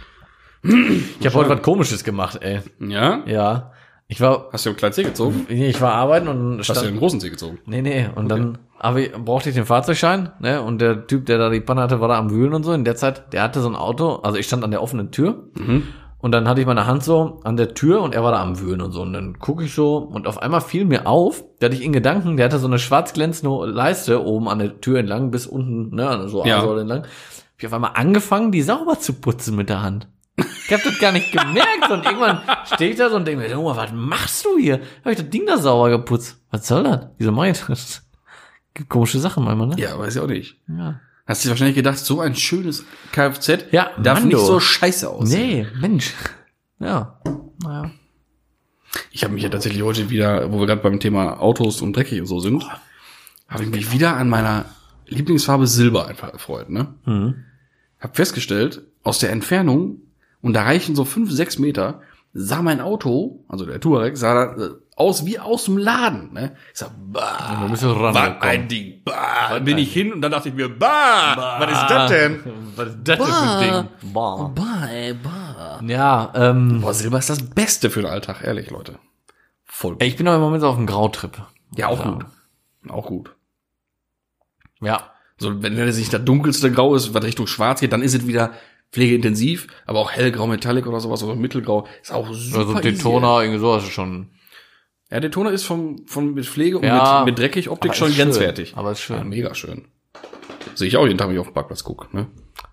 Speaker 2: Ich habe heute was Komisches gemacht, ey.
Speaker 1: oh. Ja?
Speaker 2: Ja. Ich war,
Speaker 1: Hast du einen kleinen See gezogen?
Speaker 2: nee, ich war arbeiten und
Speaker 1: Hast du einen großen See gezogen?
Speaker 2: Nee, nee, und dann habe ich, brauchte ich den Fahrzeugschein, ne? Und der Typ, der da die Panne hatte, war da am Wühlen und so. In der Zeit, der hatte so ein Auto, also ich stand an der offenen Tür und dann hatte ich meine Hand so an der Tür und er war da am Wühlen und so. Und dann gucke ich so und auf einmal fiel mir auf, da hatte ich in Gedanken, der hatte so eine schwarz glänzende Leiste oben an der Tür entlang bis unten, ne, so
Speaker 1: Ja.
Speaker 2: Armsäule entlang. Hab ich auf einmal angefangen, die sauber zu putzen mit der Hand. Ich hab das gar nicht gemerkt und irgendwann stehe ich da so und denke mir, Junge, was machst du hier? Habe ich das Ding da sauber geputzt? Was soll das? Wieso mach ich das? Gibt Komische Sachen manchmal, ne?
Speaker 1: Ja, weiß ich auch nicht.
Speaker 2: Ja.
Speaker 1: Hast du dir wahrscheinlich gedacht, so ein schönes Kfz
Speaker 2: Ja,
Speaker 1: darf
Speaker 2: Mando.
Speaker 1: nicht so scheiße aussehen.
Speaker 2: Nee, Mensch. Ja. Naja.
Speaker 1: Ich habe mich ja tatsächlich heute wieder, wo wir gerade beim Thema Autos und dreckig und so sind, habe ich mich wieder an meiner Lieblingsfarbe Silber einfach erfreut. Ne?
Speaker 2: Mhm.
Speaker 1: Hab festgestellt, aus der Entfernung, und da reichen so fünf, sechs Meter, sah mein Auto, also der Touareg, sah da, äh, aus wie aus dem Laden. Ne? Ich sag, bah,
Speaker 2: Da bist du rangekommen.
Speaker 1: was ein Ding, bah. Dann bin ich hin und dann dachte ich mir, bah, was ist das denn?
Speaker 2: Was ist das denn für ein Ding? Bah.
Speaker 1: Bah, ey, bah.
Speaker 2: Ja, ähm,
Speaker 1: Boah, Silber ist das Beste für den Alltag, ehrlich, Leute. Voll gut.
Speaker 2: ich bin auch im Moment so auf einem Grautrip.
Speaker 1: Ja, auch gut. Auch gut.
Speaker 2: Ja.
Speaker 1: So, wenn es nicht das dunkelste Grau ist, was Richtung Schwarz geht, dann ist es wieder pflegeintensiv, aber auch hellgrau, Metallic oder sowas, oder mittelgrau, ist auch super
Speaker 2: Also
Speaker 1: easy.
Speaker 2: Daytona, irgendwie sowas ist schon.
Speaker 1: Ja, Daytona ist vom, von mit Pflege und
Speaker 2: Ja.
Speaker 1: mit, mit dreckig Optik
Speaker 2: Aber
Speaker 1: schon
Speaker 2: ist schön.
Speaker 1: grenzwertig.
Speaker 2: Aber ist schön.
Speaker 1: Ja, mega schön. Sehe ich auch jeden Tag, wenn ich auf den Parkplatz gucke. Ne?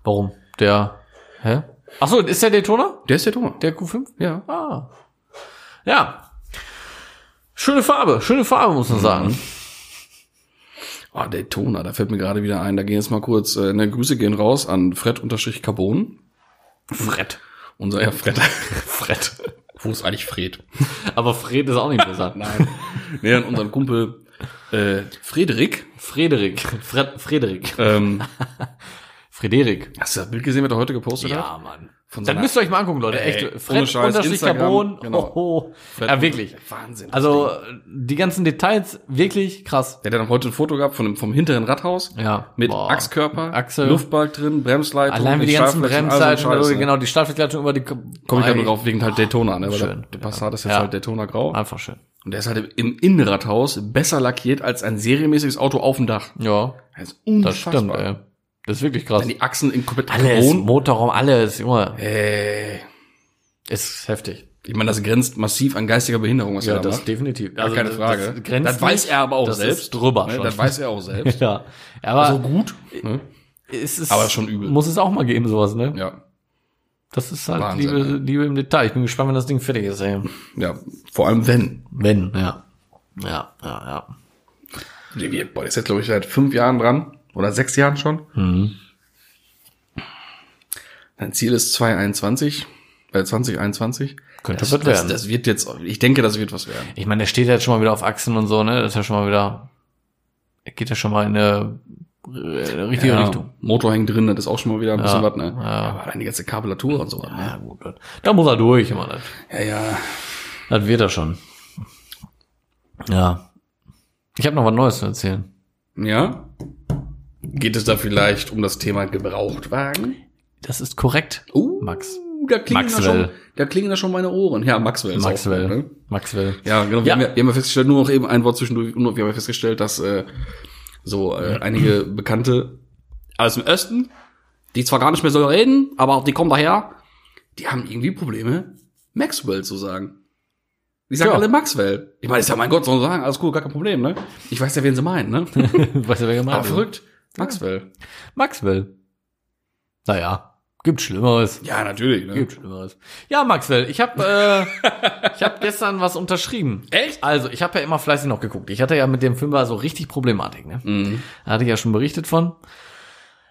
Speaker 2: Warum? Der, hä? Ach so, ist der Daytona?
Speaker 1: Der ist Daytona.
Speaker 2: Der Q5?
Speaker 1: Ja.
Speaker 2: Ah. Ja. Schöne Farbe, schöne Farbe, muss man sagen.
Speaker 1: Oh, Daytona, da fällt mir gerade wieder ein. Da gehen jetzt mal kurz, äh, ne, Grüße gehen raus an Fred-Carbon. Fred. Unser, ja, Fred. Fred. Wo ist eigentlich Fred?
Speaker 2: Aber Fred ist auch nicht besser. Nein.
Speaker 1: Nee, an unseren Kumpel äh, Frederik.
Speaker 2: Frederik. Fred, Frederik.
Speaker 1: Ähm,
Speaker 2: Frederik.
Speaker 1: hast du das Bild gesehen, was er heute gepostet hat?
Speaker 2: Mann.
Speaker 1: Von
Speaker 2: Dann
Speaker 1: seiner-
Speaker 2: müsst ihr euch mal angucken, Leute.
Speaker 1: Ey,
Speaker 2: Echt.
Speaker 1: ohne
Speaker 2: Fred
Speaker 1: Scheiß,
Speaker 2: unterstrich
Speaker 1: Instagram,
Speaker 2: Carbon.
Speaker 1: genau.
Speaker 2: Hoho.
Speaker 1: Fred-
Speaker 2: ja, wirklich.
Speaker 1: Wahnsinn.
Speaker 2: Also, die ganzen Details, wirklich krass.
Speaker 1: der hat dann heute ein Foto gehabt von dem, vom hinteren Radhaus.
Speaker 2: Ja.
Speaker 1: Mit
Speaker 2: Boah.
Speaker 1: Achskörper,
Speaker 2: Achse.
Speaker 1: Luftbalg drin, Bremsleitung,
Speaker 2: Allein wie die ganzen
Speaker 1: Stahlflächen, all so ein
Speaker 2: Bremsseiten,
Speaker 1: Scheiß, ne?
Speaker 2: genau, die Stahlverkleidung über die...
Speaker 1: Komme ich halt nur drauf wegen halt Daytona, ne? Weil
Speaker 2: Schön,
Speaker 1: der Passat ist jetzt
Speaker 2: Ja.
Speaker 1: halt Daytona Grau.
Speaker 2: Einfach schön.
Speaker 1: Und der ist halt im Innenradhaus besser lackiert als ein serienmäßiges Auto auf dem Dach.
Speaker 2: Ja,
Speaker 1: Das ist
Speaker 2: das
Speaker 1: unfassbar.
Speaker 2: stimmt, ey. Das ist wirklich krass.
Speaker 1: Dann die Achsen in komplett
Speaker 2: Alles, Motorraum, alles, Junge.
Speaker 1: Ey.
Speaker 2: Ist heftig.
Speaker 1: Ich meine, das grenzt massiv an geistiger Behinderung, was er da macht.
Speaker 2: definitiv.
Speaker 1: Gar keine Frage.
Speaker 2: also Das, grenzt
Speaker 1: Also Das weiß
Speaker 2: nicht,
Speaker 1: er aber auch
Speaker 2: das
Speaker 1: selbst.
Speaker 2: Ist drüber
Speaker 1: Ne,
Speaker 2: schon.
Speaker 1: Das weiß er auch selbst.
Speaker 2: ja. Aber
Speaker 1: so gut. Ne?
Speaker 2: es ist,
Speaker 1: aber schon übel.
Speaker 2: Muss es auch mal geben, sowas, ne?
Speaker 1: Ja.
Speaker 2: Das ist halt
Speaker 1: Wahnsinn,
Speaker 2: Liebe, Liebe im Detail. Ich bin gespannt, wenn das Ding fertig ist, ey.
Speaker 1: Ja. Vor allem wenn.
Speaker 2: Wenn, ja. Ja, ja,
Speaker 1: Der wird- Boah, der ist jetzt, glaube ich, seit fünf Jahren dran. Oder sechs Jahren schon.
Speaker 2: ja. Mhm.
Speaker 1: Dein Ziel ist 2021. Äh, 2021.
Speaker 2: Könnte
Speaker 1: Das,
Speaker 2: was
Speaker 1: das,
Speaker 2: werden.
Speaker 1: das wird jetzt, ich denke, das wird was werden.
Speaker 2: Ich meine, der steht ja jetzt schon mal wieder auf Achsen und so, ne? Das ist ja schon mal wieder, er geht ja schon mal in eine äh, richtige Richtung.
Speaker 1: Motor hängt drin, das ist auch schon mal wieder ein bisschen was, ne?
Speaker 2: ja.
Speaker 1: Aber dann die ganze Kabelatur und so was, ne?
Speaker 2: Ja, gut. das- Da muss er durch, Mann. Das-
Speaker 1: Ja, ja.
Speaker 2: Das wird er schon. Ja. Ich habe noch was Neues zu erzählen.
Speaker 1: Ja? Geht es da vielleicht um das Thema Gebrauchtwagen?
Speaker 2: Das ist korrekt.
Speaker 1: Uh,
Speaker 2: Max.
Speaker 1: Da klingen, da, schon,
Speaker 2: Maxwell.
Speaker 1: da klingen da schon meine Ohren. Ja, Maxwell ist auch gut,
Speaker 2: Maxwell.
Speaker 1: ne?
Speaker 2: Maxwell.
Speaker 1: Ja, genau. Wir,
Speaker 2: Ja.
Speaker 1: Haben ja, wir haben ja festgestellt, nur noch eben ein Wort zwischendurch, nur, wir haben ja festgestellt, dass äh, so äh, einige Bekannte aus dem Osten, die zwar gar nicht mehr so reden, aber die kommen daher, die haben irgendwie Probleme, Maxwell zu sagen. Die sagen
Speaker 2: Ja.
Speaker 1: alle Maxwell. Ich meine, ist ja mein Gott, sollen sie sagen, alles cool, gar kein Problem, ne? Ich weiß ja, wen sie meinen, ne?
Speaker 2: weißt du, wer
Speaker 1: aber
Speaker 2: gemeint ist?
Speaker 1: verrückt. Maxwell.
Speaker 2: Maxwell. Naja, gibt Schlimmeres.
Speaker 1: Ja, natürlich, ne?
Speaker 2: Gibt Schlimmeres. Ja, Maxwell, ich habe äh, ich hab gestern was unterschrieben.
Speaker 1: Echt?
Speaker 2: Also, ich habe ja immer fleißig noch geguckt. Ich hatte ja mit dem Film war so richtig Problematik, ne?
Speaker 1: Mhm.
Speaker 2: Da hatte ich ja schon berichtet von.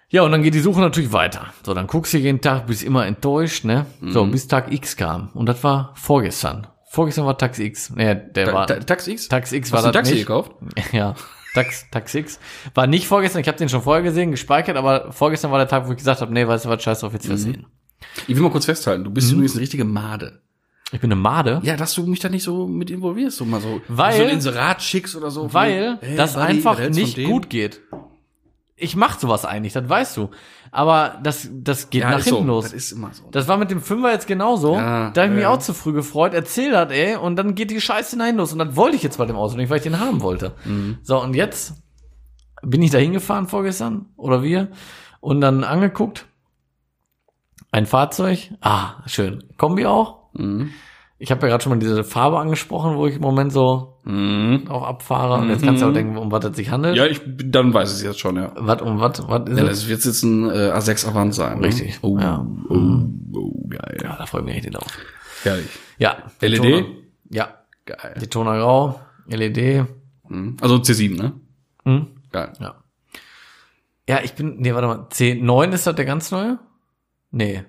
Speaker 2: Ja, und dann geht die Suche natürlich weiter. So, dann guckst du jeden Tag, bist immer enttäuscht, ne? So,
Speaker 1: Mhm.
Speaker 2: bis Tag X kam. Und das war vorgestern. Vorgestern war Tag X. Nee, der
Speaker 1: Ta
Speaker 2: war.
Speaker 1: Ta Tax X?
Speaker 2: Tax X war
Speaker 1: Hast du ein
Speaker 2: das
Speaker 1: Taxi
Speaker 2: nicht.
Speaker 1: gekauft?
Speaker 2: Ja, Tax, Tax X. War nicht vorgestern, ich habe den schon vorher gesehen, gespeichert, aber vorgestern war der Tag, wo ich gesagt habe, nee, weißt du was, scheiß drauf, jetzt
Speaker 1: Mhm.
Speaker 2: versehen.
Speaker 1: Ich will mal kurz festhalten, du
Speaker 2: Mhm.
Speaker 1: bist übrigens eine richtige Made.
Speaker 2: Ich bin eine Made.
Speaker 1: Ja, dass du mich da nicht so mit involvierst, so mal so,
Speaker 2: Weil-
Speaker 1: so ein Inserat schickst oder so.
Speaker 2: Weil
Speaker 1: Hey,
Speaker 2: das
Speaker 1: Buddy,
Speaker 2: einfach
Speaker 1: was hältst du
Speaker 2: nicht
Speaker 1: von dem?
Speaker 2: gut geht. ich mach sowas eigentlich, das weißt du. Aber das, das geht nach
Speaker 1: ist
Speaker 2: hinten
Speaker 1: so.
Speaker 2: los.
Speaker 1: Das ist immer so.
Speaker 2: Das war mit dem Fünfer jetzt genauso.
Speaker 1: Ja,
Speaker 2: da hab ich mich
Speaker 1: ja.
Speaker 2: auch zu früh gefreut. Erzähl das, ey. Und dann geht die Scheiße hinein los. Und das wollte ich jetzt bei dem Auto nicht, weil ich den haben wollte.
Speaker 1: Mhm.
Speaker 2: So, und jetzt bin ich da hingefahren vorgestern. Oder wir. Und dann angeguckt. Ein Fahrzeug. Ah, schön. Kombi auch.
Speaker 1: Mhm.
Speaker 2: Ich habe ja gerade schon mal diese Farbe angesprochen, wo ich im Moment so
Speaker 1: Mhm.
Speaker 2: drauf abfahre. Und jetzt kannst du auch
Speaker 1: Mhm.
Speaker 2: denken, um was es sich handelt.
Speaker 1: Ja, ich, dann weiß es jetzt schon, ja.
Speaker 2: Was, um was, was ist
Speaker 1: Ja,
Speaker 2: es?
Speaker 1: das wird jetzt ein äh, A6 Avant sein. ne?
Speaker 2: Richtig.
Speaker 1: Oh,
Speaker 2: Ja.
Speaker 1: oh, oh, geil.
Speaker 2: Ja, da freue ich mich richtig drauf.
Speaker 1: Herrlich.
Speaker 2: Ja.
Speaker 1: LED?
Speaker 2: Daytona. Ja.
Speaker 1: Geil.
Speaker 2: Daytona Grau. LED.
Speaker 1: Mhm. Also C7, ne?
Speaker 2: E Hm?
Speaker 1: Geil.
Speaker 2: Ja. Ja, ich bin, nee, warte mal, C9 ist das der ganz neue? Nee.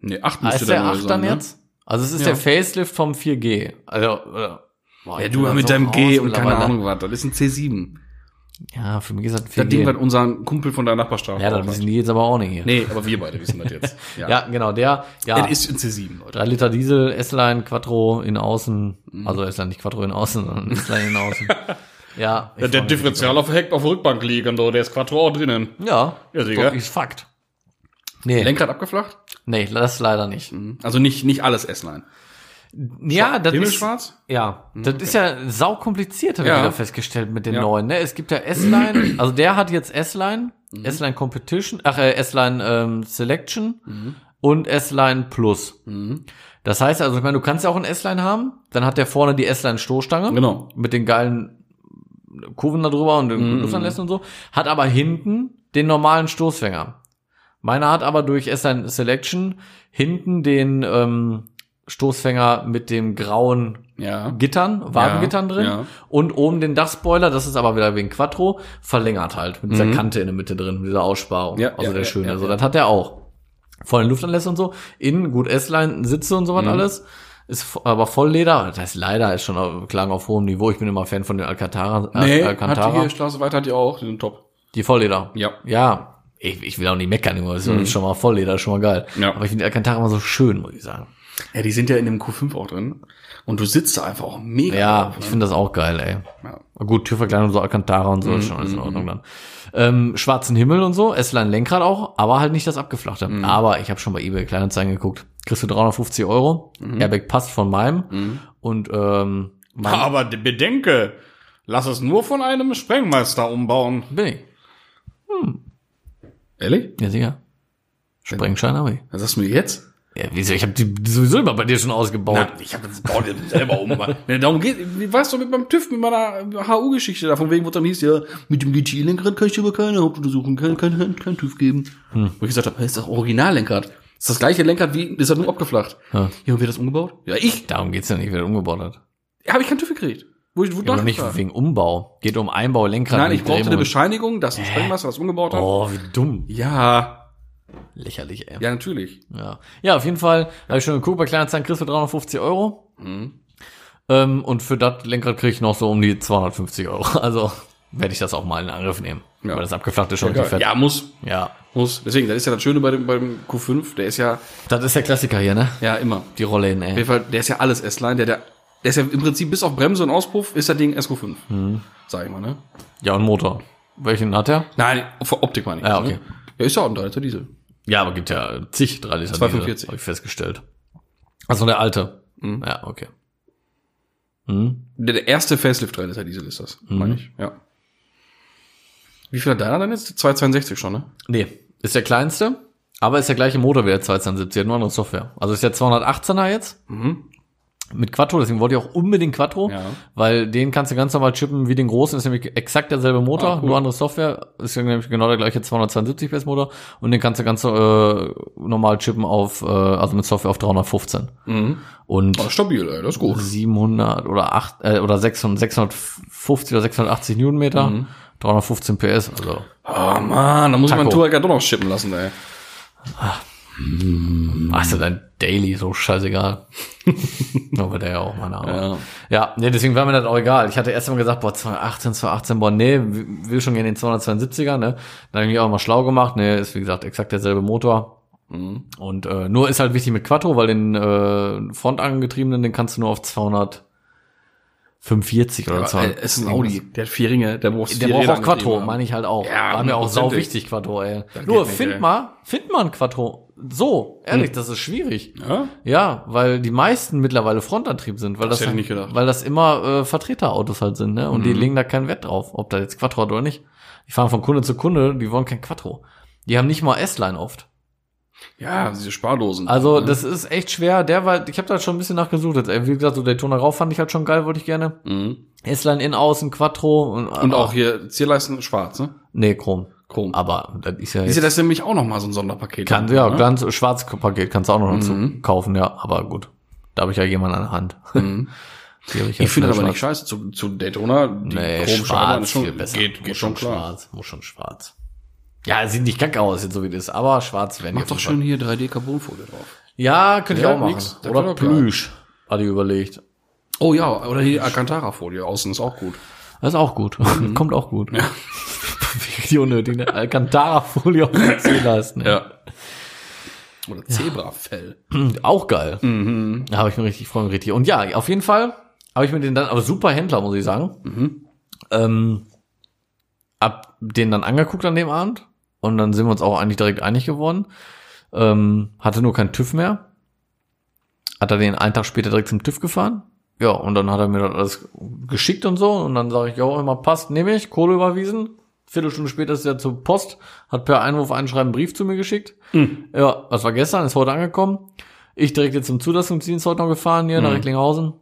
Speaker 1: Nee, 8
Speaker 2: Ah,
Speaker 1: müsste
Speaker 2: ist
Speaker 1: der
Speaker 2: der
Speaker 1: neue
Speaker 2: 8
Speaker 1: sein,
Speaker 2: dann
Speaker 1: ne?
Speaker 2: jetzt? Also es ist
Speaker 1: Ja.
Speaker 2: der Facelift vom 4G. Also, äh, boah,
Speaker 1: Ja,
Speaker 2: ich
Speaker 1: du
Speaker 2: bin da
Speaker 1: mit
Speaker 2: so
Speaker 1: deinem
Speaker 2: raus
Speaker 1: G und keine
Speaker 2: mittlerweile.
Speaker 1: Ahnung was. Das ist ein C7.
Speaker 2: Ja, für mich ist das ein 4G.
Speaker 1: Das Ding, was unser Kumpel von der Nachbarstraße
Speaker 2: ja, dann
Speaker 1: gekauft
Speaker 2: wissen die jetzt aber auch nicht hier.
Speaker 1: hat. Nee, aber wir beide wissen das jetzt. Ja.
Speaker 2: Ja, genau, der, ja,
Speaker 1: Das ist ein C7, Leute.
Speaker 2: 3 Liter Diesel, S-Line, Quattro in Außen,
Speaker 1: Mhm.
Speaker 2: also S-Line nicht Quattro in Außen, sondern S-Line in Außen. ja. ich
Speaker 1: Ja, der
Speaker 2: freu mich.
Speaker 1: Differential auf, der- auf der Rückbank liegen, so. der ist Quattro auch drinnen.
Speaker 2: Ja,
Speaker 1: Ja, Digga.
Speaker 2: ist Fakt. Nee,
Speaker 1: Lenkrad abgeflacht?
Speaker 2: nee, das leider nicht.
Speaker 1: Also nicht, nicht alles S-Line.
Speaker 2: Ja, das ist,
Speaker 1: Himmelschwarz?
Speaker 2: Ja, das ist ja saukompliziert,
Speaker 1: Mhm.
Speaker 2: habe
Speaker 1: Ja.
Speaker 2: ich wieder festgestellt mit den
Speaker 1: Ja.
Speaker 2: neuen. Ne? Es gibt ja S-Line, also der hat jetzt S-Line,
Speaker 1: Mhm.
Speaker 2: S-Line Competition, ach, äh, S-Line ähm, Selection
Speaker 1: Mhm.
Speaker 2: und S-Line Plus. Das heißt also, ich meine, du kannst ja auch ein S-Line haben, dann hat der vorne die S-Line Stoßstange
Speaker 1: Genau.
Speaker 2: mit den geilen Kurven da drüber und
Speaker 1: Mhm.
Speaker 2: den Luftanlässen und so, hat aber hinten den normalen Stoßfänger. Meiner hat aber durch S-Line Selection hinten den ähm, Stoßfänger mit dem grauen
Speaker 1: Ja.
Speaker 2: Gittern, Wabengittern drin
Speaker 1: ja.
Speaker 2: und oben den Dachspoiler, das ist aber wieder wegen Quattro, verlängert halt mit dieser
Speaker 1: Mhm.
Speaker 2: Kante in der Mitte drin, mit dieser Aussparung,
Speaker 1: Ja,
Speaker 2: also
Speaker 1: ja,
Speaker 2: der
Speaker 1: ja,
Speaker 2: schöne,
Speaker 1: ja,
Speaker 2: so
Speaker 1: ja.
Speaker 2: das hat er auch. Vor den Luftanlässen und so, innen gut S-Line, Sitze und so was
Speaker 1: Mhm.
Speaker 2: alles. Ist vo- aber voll Leder, das heißt leider ist schon auf- Klagen auf hohem Niveau. Ich bin immer Fan von den Alcantara, Al-
Speaker 1: Nee, hat die
Speaker 2: Alcantara.
Speaker 1: hier Straße weiter, hat die auch, die sind top.
Speaker 2: die Vollleder.
Speaker 1: Ja.
Speaker 2: Ja, ich, ich will auch nicht meckern, immer das ist schon mal Vollleder, schon mal geil.
Speaker 1: Mhm. Ja.
Speaker 2: Aber ich finde die Alcantara immer so schön, muss ich sagen.
Speaker 1: Ja, die sind ja in dem Q5 auch drin. Und du sitzt da einfach auch mega.
Speaker 2: Ja,
Speaker 1: drauf,
Speaker 2: ich
Speaker 1: ne?
Speaker 2: finde das auch geil, ey.
Speaker 1: Ja.
Speaker 2: Gut, Türverkleidung, so Alcantara und so, ist schon alles in Ordnung dann. Ähm, schwarzen Himmel und so, S-Line Lenkrad auch, aber halt nicht das abgeflachte. Aber ich habe schon bei eBay Kleinanzeigen geguckt. Kriegst du 350 Euro, Airbag passt von meinem und ähm, mein
Speaker 1: Aber de- bedenke, lass es nur von einem Sprengmeister umbauen.
Speaker 2: bin ich.
Speaker 1: Ehrlich?
Speaker 2: Ja, sicher. Sprengschein habe ich.
Speaker 1: Was sagst du mir jetzt?
Speaker 2: Ja, wieso? Ich habe die sowieso immer bei dir schon ausgebaut.
Speaker 1: Na, ich habe jetzt baut den selber um. Mann. Ne, darum geht, wie warst du mit meinem TÜV, mit meiner HU-Geschichte da, von wegen, wo es dann hieß, ja, mit dem GT-Lenkrad kann ich dir aber keine Hauptuntersuchung, kein, kein, kein, kein TÜV geben.
Speaker 2: Hm.
Speaker 1: Wo ich gesagt habe, ist das Originallenkrad. Ist das gleiche Lenkrad wie, ist das nur abgeflacht.
Speaker 2: Ja.
Speaker 1: Ja, und wer das umgebaut? Ja, ich.
Speaker 2: Darum geht's ja nicht, wer das umgebaut hat.
Speaker 1: Habe ich keinen TÜV gekriegt. Wo ich, wo
Speaker 2: Ja,
Speaker 1: doch
Speaker 2: aber nicht
Speaker 1: gefragt.
Speaker 2: wegen Umbau. Geht um Einbau, Lenkrad.
Speaker 1: Nein,
Speaker 2: und
Speaker 1: ich brauchte eine
Speaker 2: Drehmoment.
Speaker 1: Bescheinigung, dass ein Sprengmeister das umgebaut hat.
Speaker 2: Oh, wie dumm.
Speaker 1: Ja,
Speaker 2: Lächerlich, ey.
Speaker 1: ja, natürlich.
Speaker 2: Ja, ja auf jeden Fall habe ich schon geguckt, bei Kleinanzeigen kriegst du 350 Euro.
Speaker 1: Mhm.
Speaker 2: Ähm, und für das Lenkrad kriege ich noch so um die 250 Euro. Also werde ich das auch mal in Angriff nehmen.
Speaker 1: Ja.
Speaker 2: Weil das abgeflachte ist schon richtig fett.
Speaker 1: Ja, muss,
Speaker 2: ja.
Speaker 1: muss. Deswegen, das ist ja das Schöne bei dem, beim Q5, der ist ja,
Speaker 2: Das ist der Klassiker hier, ne?
Speaker 1: ja, immer.
Speaker 2: Die Rolle in, äh,
Speaker 1: Auf
Speaker 2: ey.
Speaker 1: jeden Fall, der ist ja alles S-Line, der, der, der ist ja im Prinzip bis auf Bremse und Auspuff ist das Ding SQ5. Sag ich mal, ne?
Speaker 2: Ja, und Motor. Welchen hat er?
Speaker 1: Nein, von Optik meine ich.
Speaker 2: Ja,
Speaker 1: jetzt,
Speaker 2: okay.
Speaker 1: Ne? Ja, ist ja auch ein 3 Liter Diesel.
Speaker 2: Ja, aber gibt ja zig 3 Liter.
Speaker 1: 245.
Speaker 2: Habe ich festgestellt. Also der alte.
Speaker 1: Mhm.
Speaker 2: Ja, okay.
Speaker 1: Der, der erste Facelift 3 Liter Diesel ist das, meine ich, ja. Wie viel hat deiner dann jetzt? 262 schon, ne?
Speaker 2: Nee, ist der kleinste, aber ist der gleiche Motor wie der 270, hat nur andere Software. Also ist der 218er jetzt. Mit Quattro, deswegen wollte ich auch unbedingt Quattro,
Speaker 1: Mhm. Ja.
Speaker 2: weil den kannst du ganz normal chippen wie den großen, ist nämlich exakt derselbe Motor,
Speaker 1: Ah, cool.
Speaker 2: nur andere Software, ist nämlich genau der gleiche 272 PS Motor und den kannst du ganz äh, normal chippen auf, äh, also mit Software auf 315 und
Speaker 1: Oh, stabil, ey, das ist gut.
Speaker 2: 700 oder 8 äh, oder 600, 650 oder 680 Newtonmeter,
Speaker 1: Mhm.
Speaker 2: 315 PS, also
Speaker 1: Ah, Mann, da muss ich meinen
Speaker 2: Taco.
Speaker 1: Touareg ja doch noch schippen lassen, ey. Mhm.
Speaker 2: Machst du dein Daily so scheißegal. Aber der ja auch meine
Speaker 1: Oh.
Speaker 2: Arbeit. Ja. nee, deswegen war mir das auch egal. Ich hatte erst mal gesagt, boah, 218, 218, boah, nee, w- will schon gerne den 272er, ne? Dann habe ich mich auch mal schlau gemacht, nee, ist wie gesagt exakt derselbe Motor.
Speaker 1: mhm.
Speaker 2: Und äh, nur ist halt wichtig mit Quattro, weil den äh, frontangetriebenen, den kannst du nur auf 250 45 oder
Speaker 1: Aber,
Speaker 2: so.
Speaker 1: äh, es ist ein Audi. Der hat vier Ringe. Der braucht,
Speaker 2: Der
Speaker 1: vier
Speaker 2: braucht
Speaker 1: Räder
Speaker 2: auch Quattro,
Speaker 1: angetrieben haben.
Speaker 2: meine ich halt auch.
Speaker 1: Ja,
Speaker 2: War mir auch sau
Speaker 1: hundertprozentig.
Speaker 2: wichtig, Quattro, ey.
Speaker 1: geht
Speaker 2: Nur,
Speaker 1: nicht,
Speaker 2: find
Speaker 1: ey. Hm.
Speaker 2: mal, find mal ein Quattro. So, ehrlich, das ist schwierig.
Speaker 1: Ja?
Speaker 2: Ja, weil die meisten mittlerweile Frontantrieb sind, weil das,
Speaker 1: hätte ich nicht gedacht. Mhm.
Speaker 2: weil das immer äh, Vertreterautos halt sind, ne? Und die legen da keinen Wert drauf, ob da jetzt Quattro hat oder nicht. Die fahren von Kunde zu Kunde, die wollen kein Quattro. Die haben nicht mal S-Line oft.
Speaker 1: ja, diese Spardosen. Mhm.
Speaker 2: Also
Speaker 1: Ja.
Speaker 2: das ist echt schwer. Der war, ich habe da schon ein bisschen nachgesucht. Jetzt, ey, wie gesagt, so Daytona rauf fand ich halt schon geil, wollte ich gerne.
Speaker 1: Mhm.
Speaker 2: S-Line in außen, Quattro und,
Speaker 1: Und auch hier Zierleisten schwarz, ne?
Speaker 2: nee Chrom.
Speaker 1: Chrom.
Speaker 2: Aber das ist ja
Speaker 1: Ist
Speaker 2: jetzt,
Speaker 1: ja das nämlich auch nochmal so ein Sonderpaket. Ne?
Speaker 2: kann ja ganz schwarz Paket kannst du auch noch dazu
Speaker 1: Mhm.
Speaker 2: kaufen, ja. Aber gut, da habe ich ja jemanden an der Hand.
Speaker 1: Mhm.
Speaker 2: Die hab ja
Speaker 1: Ich finde das aber
Speaker 2: schnell
Speaker 1: nicht scheiße. Zu, zu Daytona, die
Speaker 2: Nee,
Speaker 1: Chromscheibe
Speaker 2: schwarz
Speaker 1: ist schon,
Speaker 2: viel besser.
Speaker 1: geht, geht
Speaker 2: muss
Speaker 1: schon klar.
Speaker 2: Schwarz, muss schon schwarz. Ja, es sieht nicht kacke aus, jetzt so wie das ist, aber schwarz werden
Speaker 1: Mach doch schön hier 3D-Carbonfolie drauf.
Speaker 2: Ja, könnte
Speaker 1: Ja,
Speaker 2: ich auch machen.
Speaker 1: nix. Das
Speaker 2: Oder
Speaker 1: wird doch geil.
Speaker 2: Plüsch, hatte ich überlegt.
Speaker 1: Oh ja, oder hier Alcantara-Folie außen ist auch gut.
Speaker 2: Das ist auch gut.
Speaker 1: Mhm.
Speaker 2: Kommt auch gut. Ja. Die unnötige Alcantara-Folie auf den Zähleisten.
Speaker 1: Ja. Oder Zebrafell.
Speaker 2: Mhm, Auch geil.
Speaker 1: Mhm.
Speaker 2: Da habe ich mir richtig freuen richtig. Und ja, auf jeden Fall habe ich mir den dann, aber super Händler, muss ich sagen. Ähm, hab den dann angeguckt an dem Abend und dann sind wir uns auch eigentlich direkt einig geworden. Ähm, hatte nur keinen TÜV mehr. Hat er den einen Tag später direkt zum TÜV gefahren. Ja, und dann hat er mir das alles geschickt und so. Und dann sage ich, ja, immer passt, nehme ich, Kohle überwiesen. Viertelstunde später ist er zur Post, hat per Einwurf einschreiben einen Brief zu mir geschickt. Ja, das war gestern, ist heute angekommen. Ich direkt jetzt zum Zulassungsdienst heute noch gefahren hier nach Recklinghausen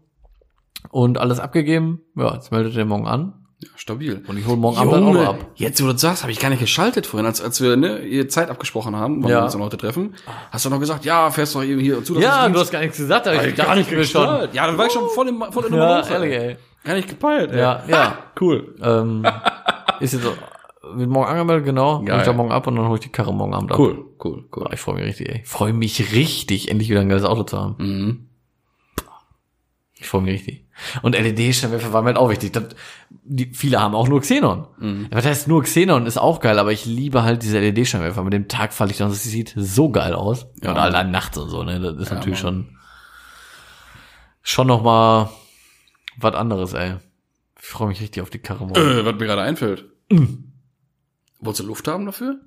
Speaker 2: und alles abgegeben. Ja, jetzt meldet er morgen an
Speaker 1: Ja, stabil.
Speaker 2: und ich hole morgen Abend dann auch
Speaker 1: Junge,
Speaker 2: noch ab.
Speaker 1: jetzt wo du das sagst, habe ich gar nicht geschaltet vorhin, als, als wir ne, ihr Zeit abgesprochen haben, wann
Speaker 2: Ja.
Speaker 1: wir uns dann heute treffen. Hast du noch gesagt, ja, fährst doch eben hier zu.
Speaker 2: Ja, du hast gar nichts gesagt, aber ich dachte ich mir schon.
Speaker 1: Ja, dann war ich schon voll, im, voll in der
Speaker 2: Ja,
Speaker 1: Nummer.
Speaker 2: ehrlich, ey.
Speaker 1: Gar nicht gepeilt, ey. Ah,
Speaker 2: Ja, ja.
Speaker 1: Cool.
Speaker 2: Ähm, ist jetzt wird morgen angemeldet, genau. Hol
Speaker 1: Geil.
Speaker 2: ich dann morgen ab und dann hole ich die Karre morgen Abend ab.
Speaker 1: Cool, cool, cool.
Speaker 2: Boah, ich freue mich richtig, ey. Ich freue mich richtig, endlich wieder ein geiles Auto zu haben.
Speaker 1: Mhm.
Speaker 2: Ich freue mich richtig. Und LED-Scheinwerfer war mir halt auch wichtig. Das, die, viele haben auch nur Xenon. Was heißt nur Xenon ist auch geil, aber ich liebe halt diese LED-Scheinwerfer. Mit dem Tagfahrlicht und das sieht so geil aus.
Speaker 1: Ja.
Speaker 2: Und allein nachts und so, ne? Das ist natürlich
Speaker 1: Mann.
Speaker 2: schon, schon nochmal was anderes, ey. Ich freue mich richtig auf die Karre morgen.
Speaker 1: Äh, was mir gerade einfällt.
Speaker 2: Mhm.
Speaker 1: Wolltest du Luft haben dafür?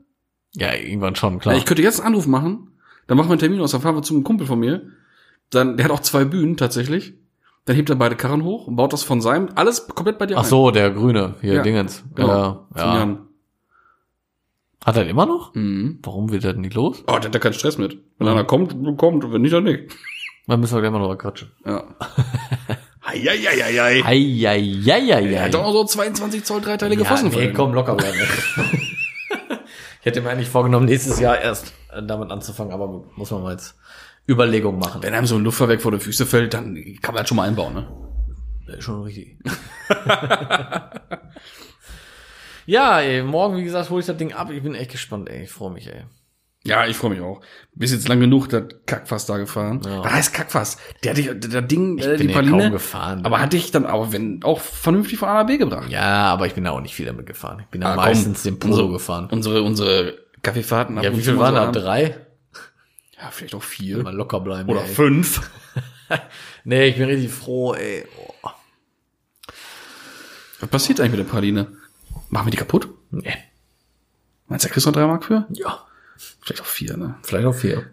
Speaker 2: Ja, irgendwann schon, klar.
Speaker 1: Ja, ich könnte jetzt einen Anruf machen, dann machen wir einen Termin aus, dann fahren wir zu einem Kumpel von mir. Dann, der hat auch zwei Bühnen tatsächlich. Dann hebt er beide Karren hoch und baut das von seinem, alles komplett bei dir
Speaker 2: Ach so, der Grüne, hier,
Speaker 1: Ja,
Speaker 2: Dingens.
Speaker 1: genau.
Speaker 2: Ja, ja. Hat er den immer noch?
Speaker 1: Mhm.
Speaker 2: Warum wird er denn nicht los?
Speaker 1: Oh, der hat da keinen Stress mit. Wenn einer kommt, kommt, und wenn nicht, dann nicht.
Speaker 2: Dann müssen wir gleich mal drüber quatschen.
Speaker 1: Ja. Eieieiei.
Speaker 2: Eieieiei.
Speaker 1: Er hat doch auch so 22 Zoll dreiteilige
Speaker 2: Ja,
Speaker 1: Fossen
Speaker 2: nee, komm, locker bleiben. ich hätte mir eigentlich vorgenommen, nächstes Jahr erst äh, damit anzufangen, aber gut, muss man mal jetzt Überlegungen machen.
Speaker 1: Wenn einem so ein Luftfahrwerk vor die Füße fällt, dann kann man das schon mal einbauen, ne?
Speaker 2: Äh, Schon richtig. ja, ey, morgen, wie gesagt, hole ich das Ding ab. Ich bin echt gespannt, ey. Ich freue mich, ey.
Speaker 1: Ja, ich freue mich auch. Bist jetzt lang genug das Kackfass da gefahren.
Speaker 2: Ja.
Speaker 1: Da heißt Kackfass. Der hat dich, der Ding, äh,
Speaker 2: bin
Speaker 1: die
Speaker 2: ja kaum
Speaker 1: Paline,
Speaker 2: gefahren. ne?
Speaker 1: aber hat dich dann aber wenn auch vernünftig von A nach B gebracht.
Speaker 2: Ja, aber ich bin da auch nicht viel damit gefahren. Ich bin da
Speaker 1: Ah, komm.
Speaker 2: meistens den Polo
Speaker 1: Unsere-
Speaker 2: gefahren.
Speaker 1: Unsere, unsere Kaffeefahrten. ab
Speaker 2: Ja,
Speaker 1: und
Speaker 2: wie
Speaker 1: zu
Speaker 2: viel
Speaker 1: mal
Speaker 2: waren
Speaker 1: so
Speaker 2: da?
Speaker 1: abends.
Speaker 2: Drei?
Speaker 1: Ja, vielleicht auch
Speaker 2: Mal
Speaker 1: vier.
Speaker 2: locker bleiben.
Speaker 1: Oder
Speaker 2: ey.
Speaker 1: fünf.
Speaker 2: Nee, ich bin richtig froh, ey. Oh.
Speaker 1: Was passiert eigentlich mit der Paline? Machen wir die kaputt?
Speaker 2: Nee.
Speaker 1: Meinst du, da kriegst du noch drei Mark für?
Speaker 2: Ja.
Speaker 1: Vielleicht auch vier, ne?
Speaker 2: Vielleicht auch vier.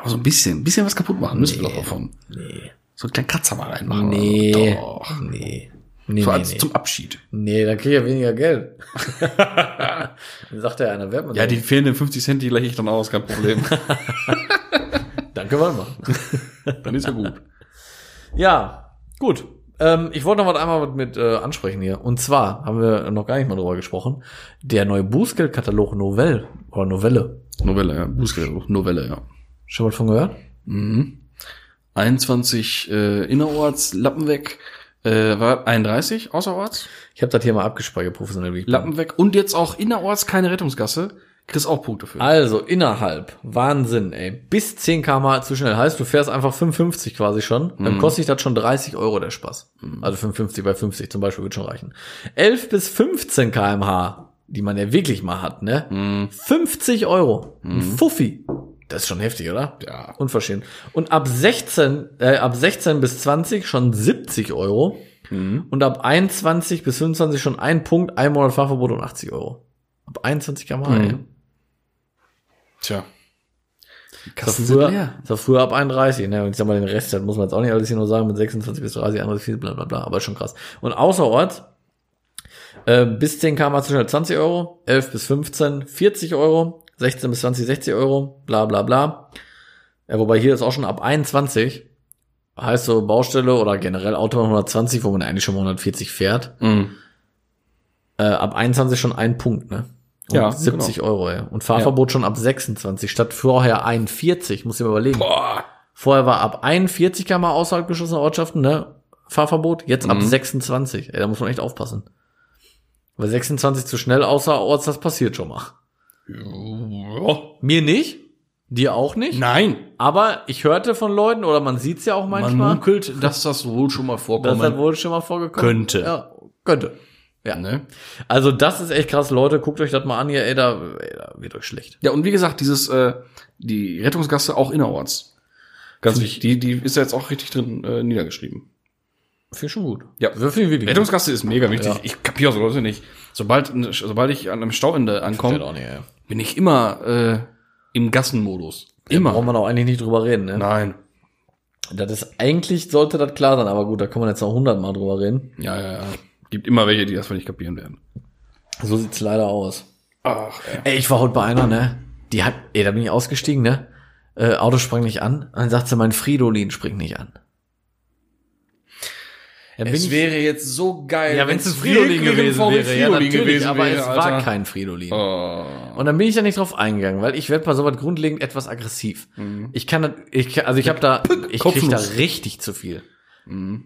Speaker 1: Aber so ein bisschen, ein bisschen was kaputt machen müssen wir doch davon.
Speaker 2: Nee.
Speaker 1: So einen kleinen Kratzer mal reinmachen.
Speaker 2: Nee.
Speaker 1: Doch.
Speaker 2: Nee. Nee,
Speaker 1: So
Speaker 2: nee,
Speaker 1: als
Speaker 2: nee.
Speaker 1: zum Abschied.
Speaker 2: nee, dann kriegt er weniger Geld. dann sagt er einer, wer man
Speaker 1: Ja, die fehlenden 50 Cent, die lächle ich dann aus, kein Problem.
Speaker 2: Dann können wir das machen.
Speaker 1: dann ist ja gut.
Speaker 2: Ja, gut. Ähm, ich wollte noch was einmal was mit äh, ansprechen hier. Und zwar haben wir noch gar nicht mal drüber gesprochen. Der neue Bußgeldkatalog Novell oder Novelle.
Speaker 1: Novelle, ja. Bußgeld, Novelle, ja.
Speaker 2: Schon mal von gehört?
Speaker 1: Mhm. 21 äh, innerorts, Lappen weg. Äh, war 31 außerorts,
Speaker 2: Ich habe das hier mal abgespeichert, professionell wie ich bin.
Speaker 1: Lappen weg. Und jetzt auch innerorts keine Rettungsgasse. Kriegst auch Punkte für.
Speaker 2: Also innerhalb, Wahnsinn, ey. Bis 10 km/h zu schnell. Heißt, du fährst einfach 55 quasi schon. Dann kostet dich das schon 30 Euro der Spaß. Also 55 bei 50 zum Beispiel wird schon reichen. 11 bis 15 km/h, die man ja wirklich mal hat, ne?
Speaker 1: Mhm.
Speaker 2: 50 Euro. Ein Fuffi. Das ist schon heftig, oder?
Speaker 1: Ja.
Speaker 2: Unverschämt. Und ab 16, äh, ab 16 bis 20 schon 70 Euro.
Speaker 1: Mhm.
Speaker 2: und ab 21 bis 25 schon ein Punkt, ein Monat Fahrverbot und 80 Euro. Ab 21 km/h.
Speaker 1: Mhm.
Speaker 2: ey.
Speaker 1: Tja. Die
Speaker 2: Das
Speaker 1: Kassen
Speaker 2: war,
Speaker 1: sind
Speaker 2: früher,
Speaker 1: leer.
Speaker 2: das war früher ab 31, ne? Und ich sag mal, den Rest, das muss man jetzt auch nicht alles hier nur sagen, mit 26 bis 30, 31, bla bla bla, aber ist schon krass. Und außerorts, äh, bis 10 km zwischen 20 Euro, 11 bis 15, 40 Euro, 16 bis 20, 60 Euro, bla bla bla. Ja, wobei hier ist auch schon ab 21, heißt so Baustelle oder generell Autobahn 120, wo man eigentlich schon 140 fährt,
Speaker 1: Mhm.
Speaker 2: äh, ab 21 schon ein Punkt, ne? Und
Speaker 1: Ja,
Speaker 2: 70 Euro, ey. Und Fahrverbot schon ab 26, statt vorher 41, muss ich mir überlegen.
Speaker 1: Boah.
Speaker 2: Vorher war ab 41 km außerhalb geschlossener Ortschaften, ne? Fahrverbot, jetzt ab
Speaker 1: Mhm.
Speaker 2: 26. Ey, da muss man echt aufpassen. Weil 26 zu schnell außerorts, das passiert schon mal.
Speaker 1: Ja.
Speaker 2: Mir nicht, dir auch nicht.
Speaker 1: Nein.
Speaker 2: Aber ich hörte von Leuten, oder man sieht's ja auch
Speaker 1: Man
Speaker 2: manchmal,
Speaker 1: munkelt, dass das wohl schon mal
Speaker 2: dass das
Speaker 1: vorkommt.
Speaker 2: wohl schon mal vorgekommen
Speaker 1: Könnte.
Speaker 2: Ja, könnte. Ja.
Speaker 1: Ne?
Speaker 2: Also das ist echt krass, Leute, guckt euch das mal an hier, ey, da, ey, da wird euch schlecht.
Speaker 1: Ja, und wie gesagt, dieses, äh, die Rettungsgasse auch innerorts. Ganz wichtig. Die, die ist ja jetzt auch richtig drin äh, niedergeschrieben.
Speaker 2: Finde ich schon gut.
Speaker 1: Ja.
Speaker 2: Finde ich wirklich gut.
Speaker 1: Rettungsgasse ist mega wichtig.
Speaker 2: Ja.
Speaker 1: Ich kapiere so Leute nicht. Sobald, sobald ich an einem Stauende
Speaker 2: Fällt
Speaker 1: ankomme,
Speaker 2: auch nicht, ey.
Speaker 1: bin ich immer äh, im Gassenmodus.
Speaker 2: Da braucht
Speaker 1: Immer.
Speaker 2: man auch eigentlich nicht drüber reden, ne?
Speaker 1: Nein.
Speaker 2: Das ist eigentlich sollte das klar sein, aber gut, da kann man jetzt noch hundertmal drüber reden.
Speaker 1: Ja, ja, ja. Gibt immer welche, die das nicht kapieren werden.
Speaker 2: So sieht's leider aus.
Speaker 1: Ach, ey.
Speaker 2: Ey, ich war heute bei einer, ne? Die hat, ey, da bin ich ausgestiegen, ne? Äh, Auto sprang nicht an. Dann sagt sie, mein Fridolin springt nicht an. Ja, bin ich-
Speaker 1: jetzt so geil.
Speaker 2: ja, wenn es ein Fridolin gewesen wäre, ja, natürlich, aber es war kein Fridolin.
Speaker 1: Oh.
Speaker 2: Und dann bin ich da nicht drauf eingegangen, weil ich werde bei sowas grundlegend etwas aggressiv.
Speaker 1: Mhm.
Speaker 2: Ich kann das, ich kann, also ich habe da, ich krieg da
Speaker 1: Hm? Kopfnuss. Hm.
Speaker 2: richtig zu viel.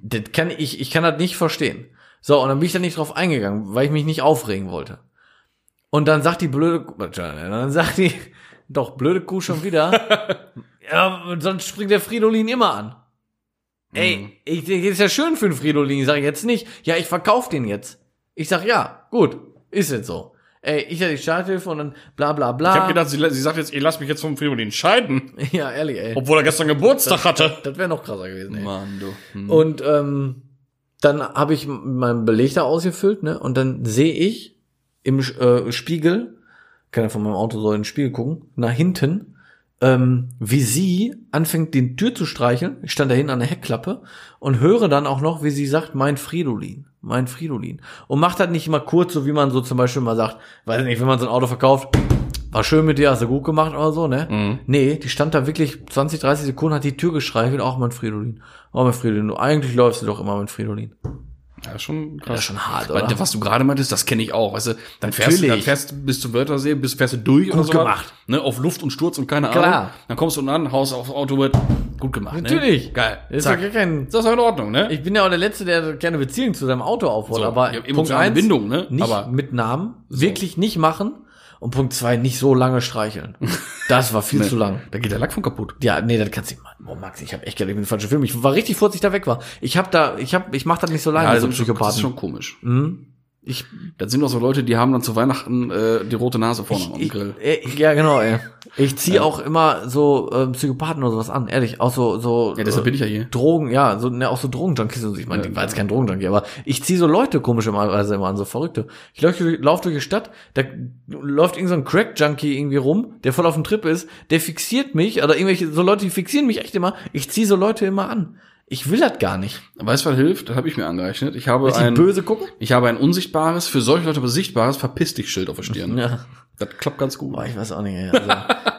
Speaker 2: Das kann ich, ich kann das nicht verstehen. So, und dann bin ich da nicht drauf eingegangen, weil ich mich nicht aufregen wollte. Und dann sagt die blöde, äh, ne, dann sagt die, doch, blöde Kuh schon wieder. ja, sonst springt der Fridolin immer an.
Speaker 1: Mhm.
Speaker 2: Ey, ich, denke, ist ja schön für den Fridolin. Ich sage jetzt nicht, ja, ich verkaufe den jetzt. Ich sag ja, gut, ist jetzt so. Ey, ich hatte die Starthilfe und dann bla bla bla.
Speaker 1: Ich habe gedacht, sie, sie sagt jetzt, ihr lasst mich jetzt vom Fridolin scheiden,
Speaker 2: ja, ehrlich, ey.
Speaker 1: obwohl er gestern Geburtstag hatte.
Speaker 2: Das wäre noch krasser gewesen, ey.
Speaker 1: Mann, du. Hm.
Speaker 2: Und ähm, dann habe ich m- meinen Beleg da ausgefüllt, ne? Und dann sehe ich im Sch- äh, Spiegel, kann ja von meinem Auto so in den Spiegel gucken, nach hinten, ähm, wie sie anfängt, die Tür zu streicheln. Ich stand da hinten an der Heckklappe und höre dann auch noch, wie sie sagt, mein Fridolin, mein Fridolin. Und macht das nicht immer kurz, so wie man so zum Beispiel mal sagt, weiß nicht, wenn man so ein Auto verkauft, war schön mit dir, hast du gut gemacht oder so, ne?
Speaker 1: Mhm.
Speaker 2: Nee, die stand da wirklich 20, 30 Sekunden, hat die Tür geschreichelt, auch mein Fridolin. Oh, mein Fridolin, du, eigentlich läufst du doch immer mit Fridolin.
Speaker 1: Ja, schon
Speaker 2: Das ist
Speaker 1: krass.
Speaker 2: schon hart,
Speaker 1: Weil,
Speaker 2: oder?
Speaker 1: was du gerade meintest, das kenne ich auch. Weißt du, dann fährst, du- dann
Speaker 2: Natürlich.
Speaker 1: fährst du bis zum Wörthersee, bis fährst du durch
Speaker 2: Gut
Speaker 1: und so. was,
Speaker 2: gemacht.
Speaker 1: Ne, auf Luft und Sturz und keine
Speaker 2: Klar.
Speaker 1: Ahnung. Dann kommst du unten an, haust aufs Auto wird gut gemacht.
Speaker 2: Natürlich.
Speaker 1: Ne? Geil.
Speaker 2: Ist
Speaker 1: Zack.
Speaker 2: doch gar kein-
Speaker 1: Ist das auch in Ordnung, ne?
Speaker 2: Ich bin ja auch der Letzte, der gerne Beziehung zu seinem Auto aufbaut,
Speaker 1: So,
Speaker 2: aber
Speaker 1: ja, emotionale Bindung, ne?
Speaker 2: nicht
Speaker 1: Aber-
Speaker 2: mit Namen, wirklich nicht machen und Punkt zwei, nicht so lange streicheln. Das war viel
Speaker 1: Ne.
Speaker 2: zu lang.
Speaker 1: Da geht der Lack von kaputt.
Speaker 2: Ja, nee, das kannst du nicht machen. Boah, Max, ich habe echt gerade den falschen Film. Ich war richtig froh, als ich da weg war. Ich hab da, ich hab, ich mach das nicht so lange,
Speaker 1: Ja,
Speaker 2: mit
Speaker 1: also
Speaker 2: so einem
Speaker 1: das ist
Speaker 2: Psychopathen.
Speaker 1: schon komisch.
Speaker 2: Mhm. Ich,
Speaker 1: Das sind auch so Leute, die haben dann zu Weihnachten äh, die rote Nase vorne am
Speaker 2: ich,
Speaker 1: Grill.
Speaker 2: äh, ja, genau, ey. Ich zieh auch immer so ähm, Psychopathen oder sowas an, ehrlich. Auch so, so
Speaker 1: Ja, deshalb
Speaker 2: äh,
Speaker 1: bin ich ja hier.
Speaker 2: Drogen, ja, so, ne, auch so Drogenjunkies und so. Ich meine,
Speaker 1: Ja.
Speaker 2: ich war jetzt kein Drogenjunkie, aber ich zieh so Leute komischerweise immer an, so Verrückte. Ich lauf durch, lauf durch die Stadt, da läuft irgend so ein Crack-Junkie irgendwie rum, der voll auf dem Trip ist, der fixiert mich, oder irgendwelche, so Leute, die fixieren mich echt immer. Ich zieh so Leute immer an. Ich will das gar nicht.
Speaker 1: Weißt du, was hilft? Das habe ich mir angeeignet. Ich habe
Speaker 2: Will ich die
Speaker 1: ein,
Speaker 2: böse gucken?
Speaker 1: ich habe ein unsichtbares, für solche Leute aber sichtbares Verpiss dich Schild auf der Stirn.
Speaker 2: Ja.
Speaker 1: Das klappt ganz gut.
Speaker 2: Boah, ich weiß auch nicht, ey. Also,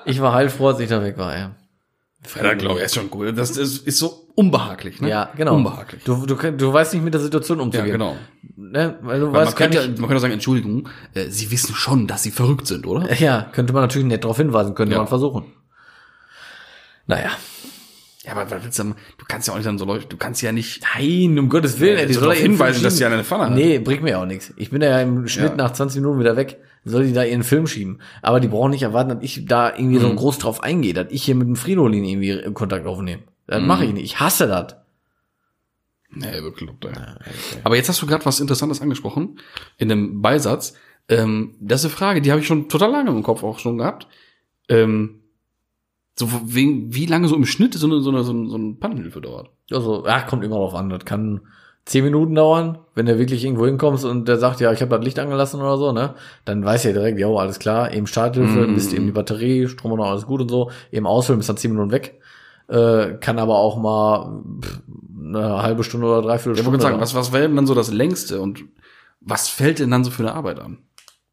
Speaker 2: ich war heilfroh, als ich da weg war, ey.
Speaker 1: Ja, glaube ich, ist schon cool. Das ist, ist so unbehaglich, ne?
Speaker 2: Ja, genau.
Speaker 1: Unbehaglich.
Speaker 2: Du, du, kann- du weißt nicht mit der Situation
Speaker 1: ja,
Speaker 2: umzugehen.
Speaker 1: genau.
Speaker 2: Ne? Weil du
Speaker 1: Weil man,
Speaker 2: weißt gar
Speaker 1: könnte,
Speaker 2: nicht.
Speaker 1: man könnte auch sagen, Entschuldigung, äh, sie wissen schon, dass sie verrückt sind, oder?
Speaker 2: Ja, könnte man natürlich nett darauf hinweisen, könnte
Speaker 1: Ja.
Speaker 2: man versuchen. Naja.
Speaker 1: Ja, aber was willst du, dann- du kannst ja auch nicht dann so Leute, du kannst ja nicht
Speaker 2: Nein, um Gottes Willen,
Speaker 1: Ja,
Speaker 2: ey, die
Speaker 1: so
Speaker 2: soll
Speaker 1: darauf
Speaker 2: ja ihren
Speaker 1: hinweisen,
Speaker 2: Film
Speaker 1: dass sie
Speaker 2: schieben.
Speaker 1: eine Pfanne hat.
Speaker 2: Nee, bringt mir ja auch nichts. Ich bin da ja im Schnitt
Speaker 1: Ja.
Speaker 2: nach 20 Minuten wieder weg. Soll die da ihren Film schieben. Aber die brauchen nicht erwarten, dass ich da irgendwie
Speaker 1: Mhm.
Speaker 2: so groß drauf eingehe, dass ich hier mit dem Fridolin irgendwie Kontakt aufnehme.
Speaker 1: Mhm.
Speaker 2: Das mache ich nicht. Ich hasse das.
Speaker 1: Nee, bekloppt, ey. Aber jetzt hast du gerade was Interessantes angesprochen, in einem Beisatz. Ähm, das ist eine Frage, die habe ich schon total lange im Kopf auch schon gehabt. Ähm, so von wegen, wie lange so im Schnitt so eine, so eine, so eine, so eine Pannenhilfe dauert.
Speaker 2: Also, ja, kommt immer drauf an. Das kann zehn Minuten dauern, wenn du wirklich irgendwo hinkommst und der sagt, ja, ich habe das Licht angelassen oder so, ne? Dann weiß ja direkt, ja, alles klar, eben Starthilfe,
Speaker 1: Mhm.
Speaker 2: bist eben die Batterie, Strom und alles gut und so, eben ausfüllen, bist dann zehn Minuten weg. Äh, kann aber auch mal pff, eine halbe Stunde oder dreiviertel
Speaker 1: Ich
Speaker 2: Stunde.
Speaker 1: wollte sagen,
Speaker 2: dauern.
Speaker 1: was, was wäre denn so das Längste und was fällt denn dann so für eine Arbeit an?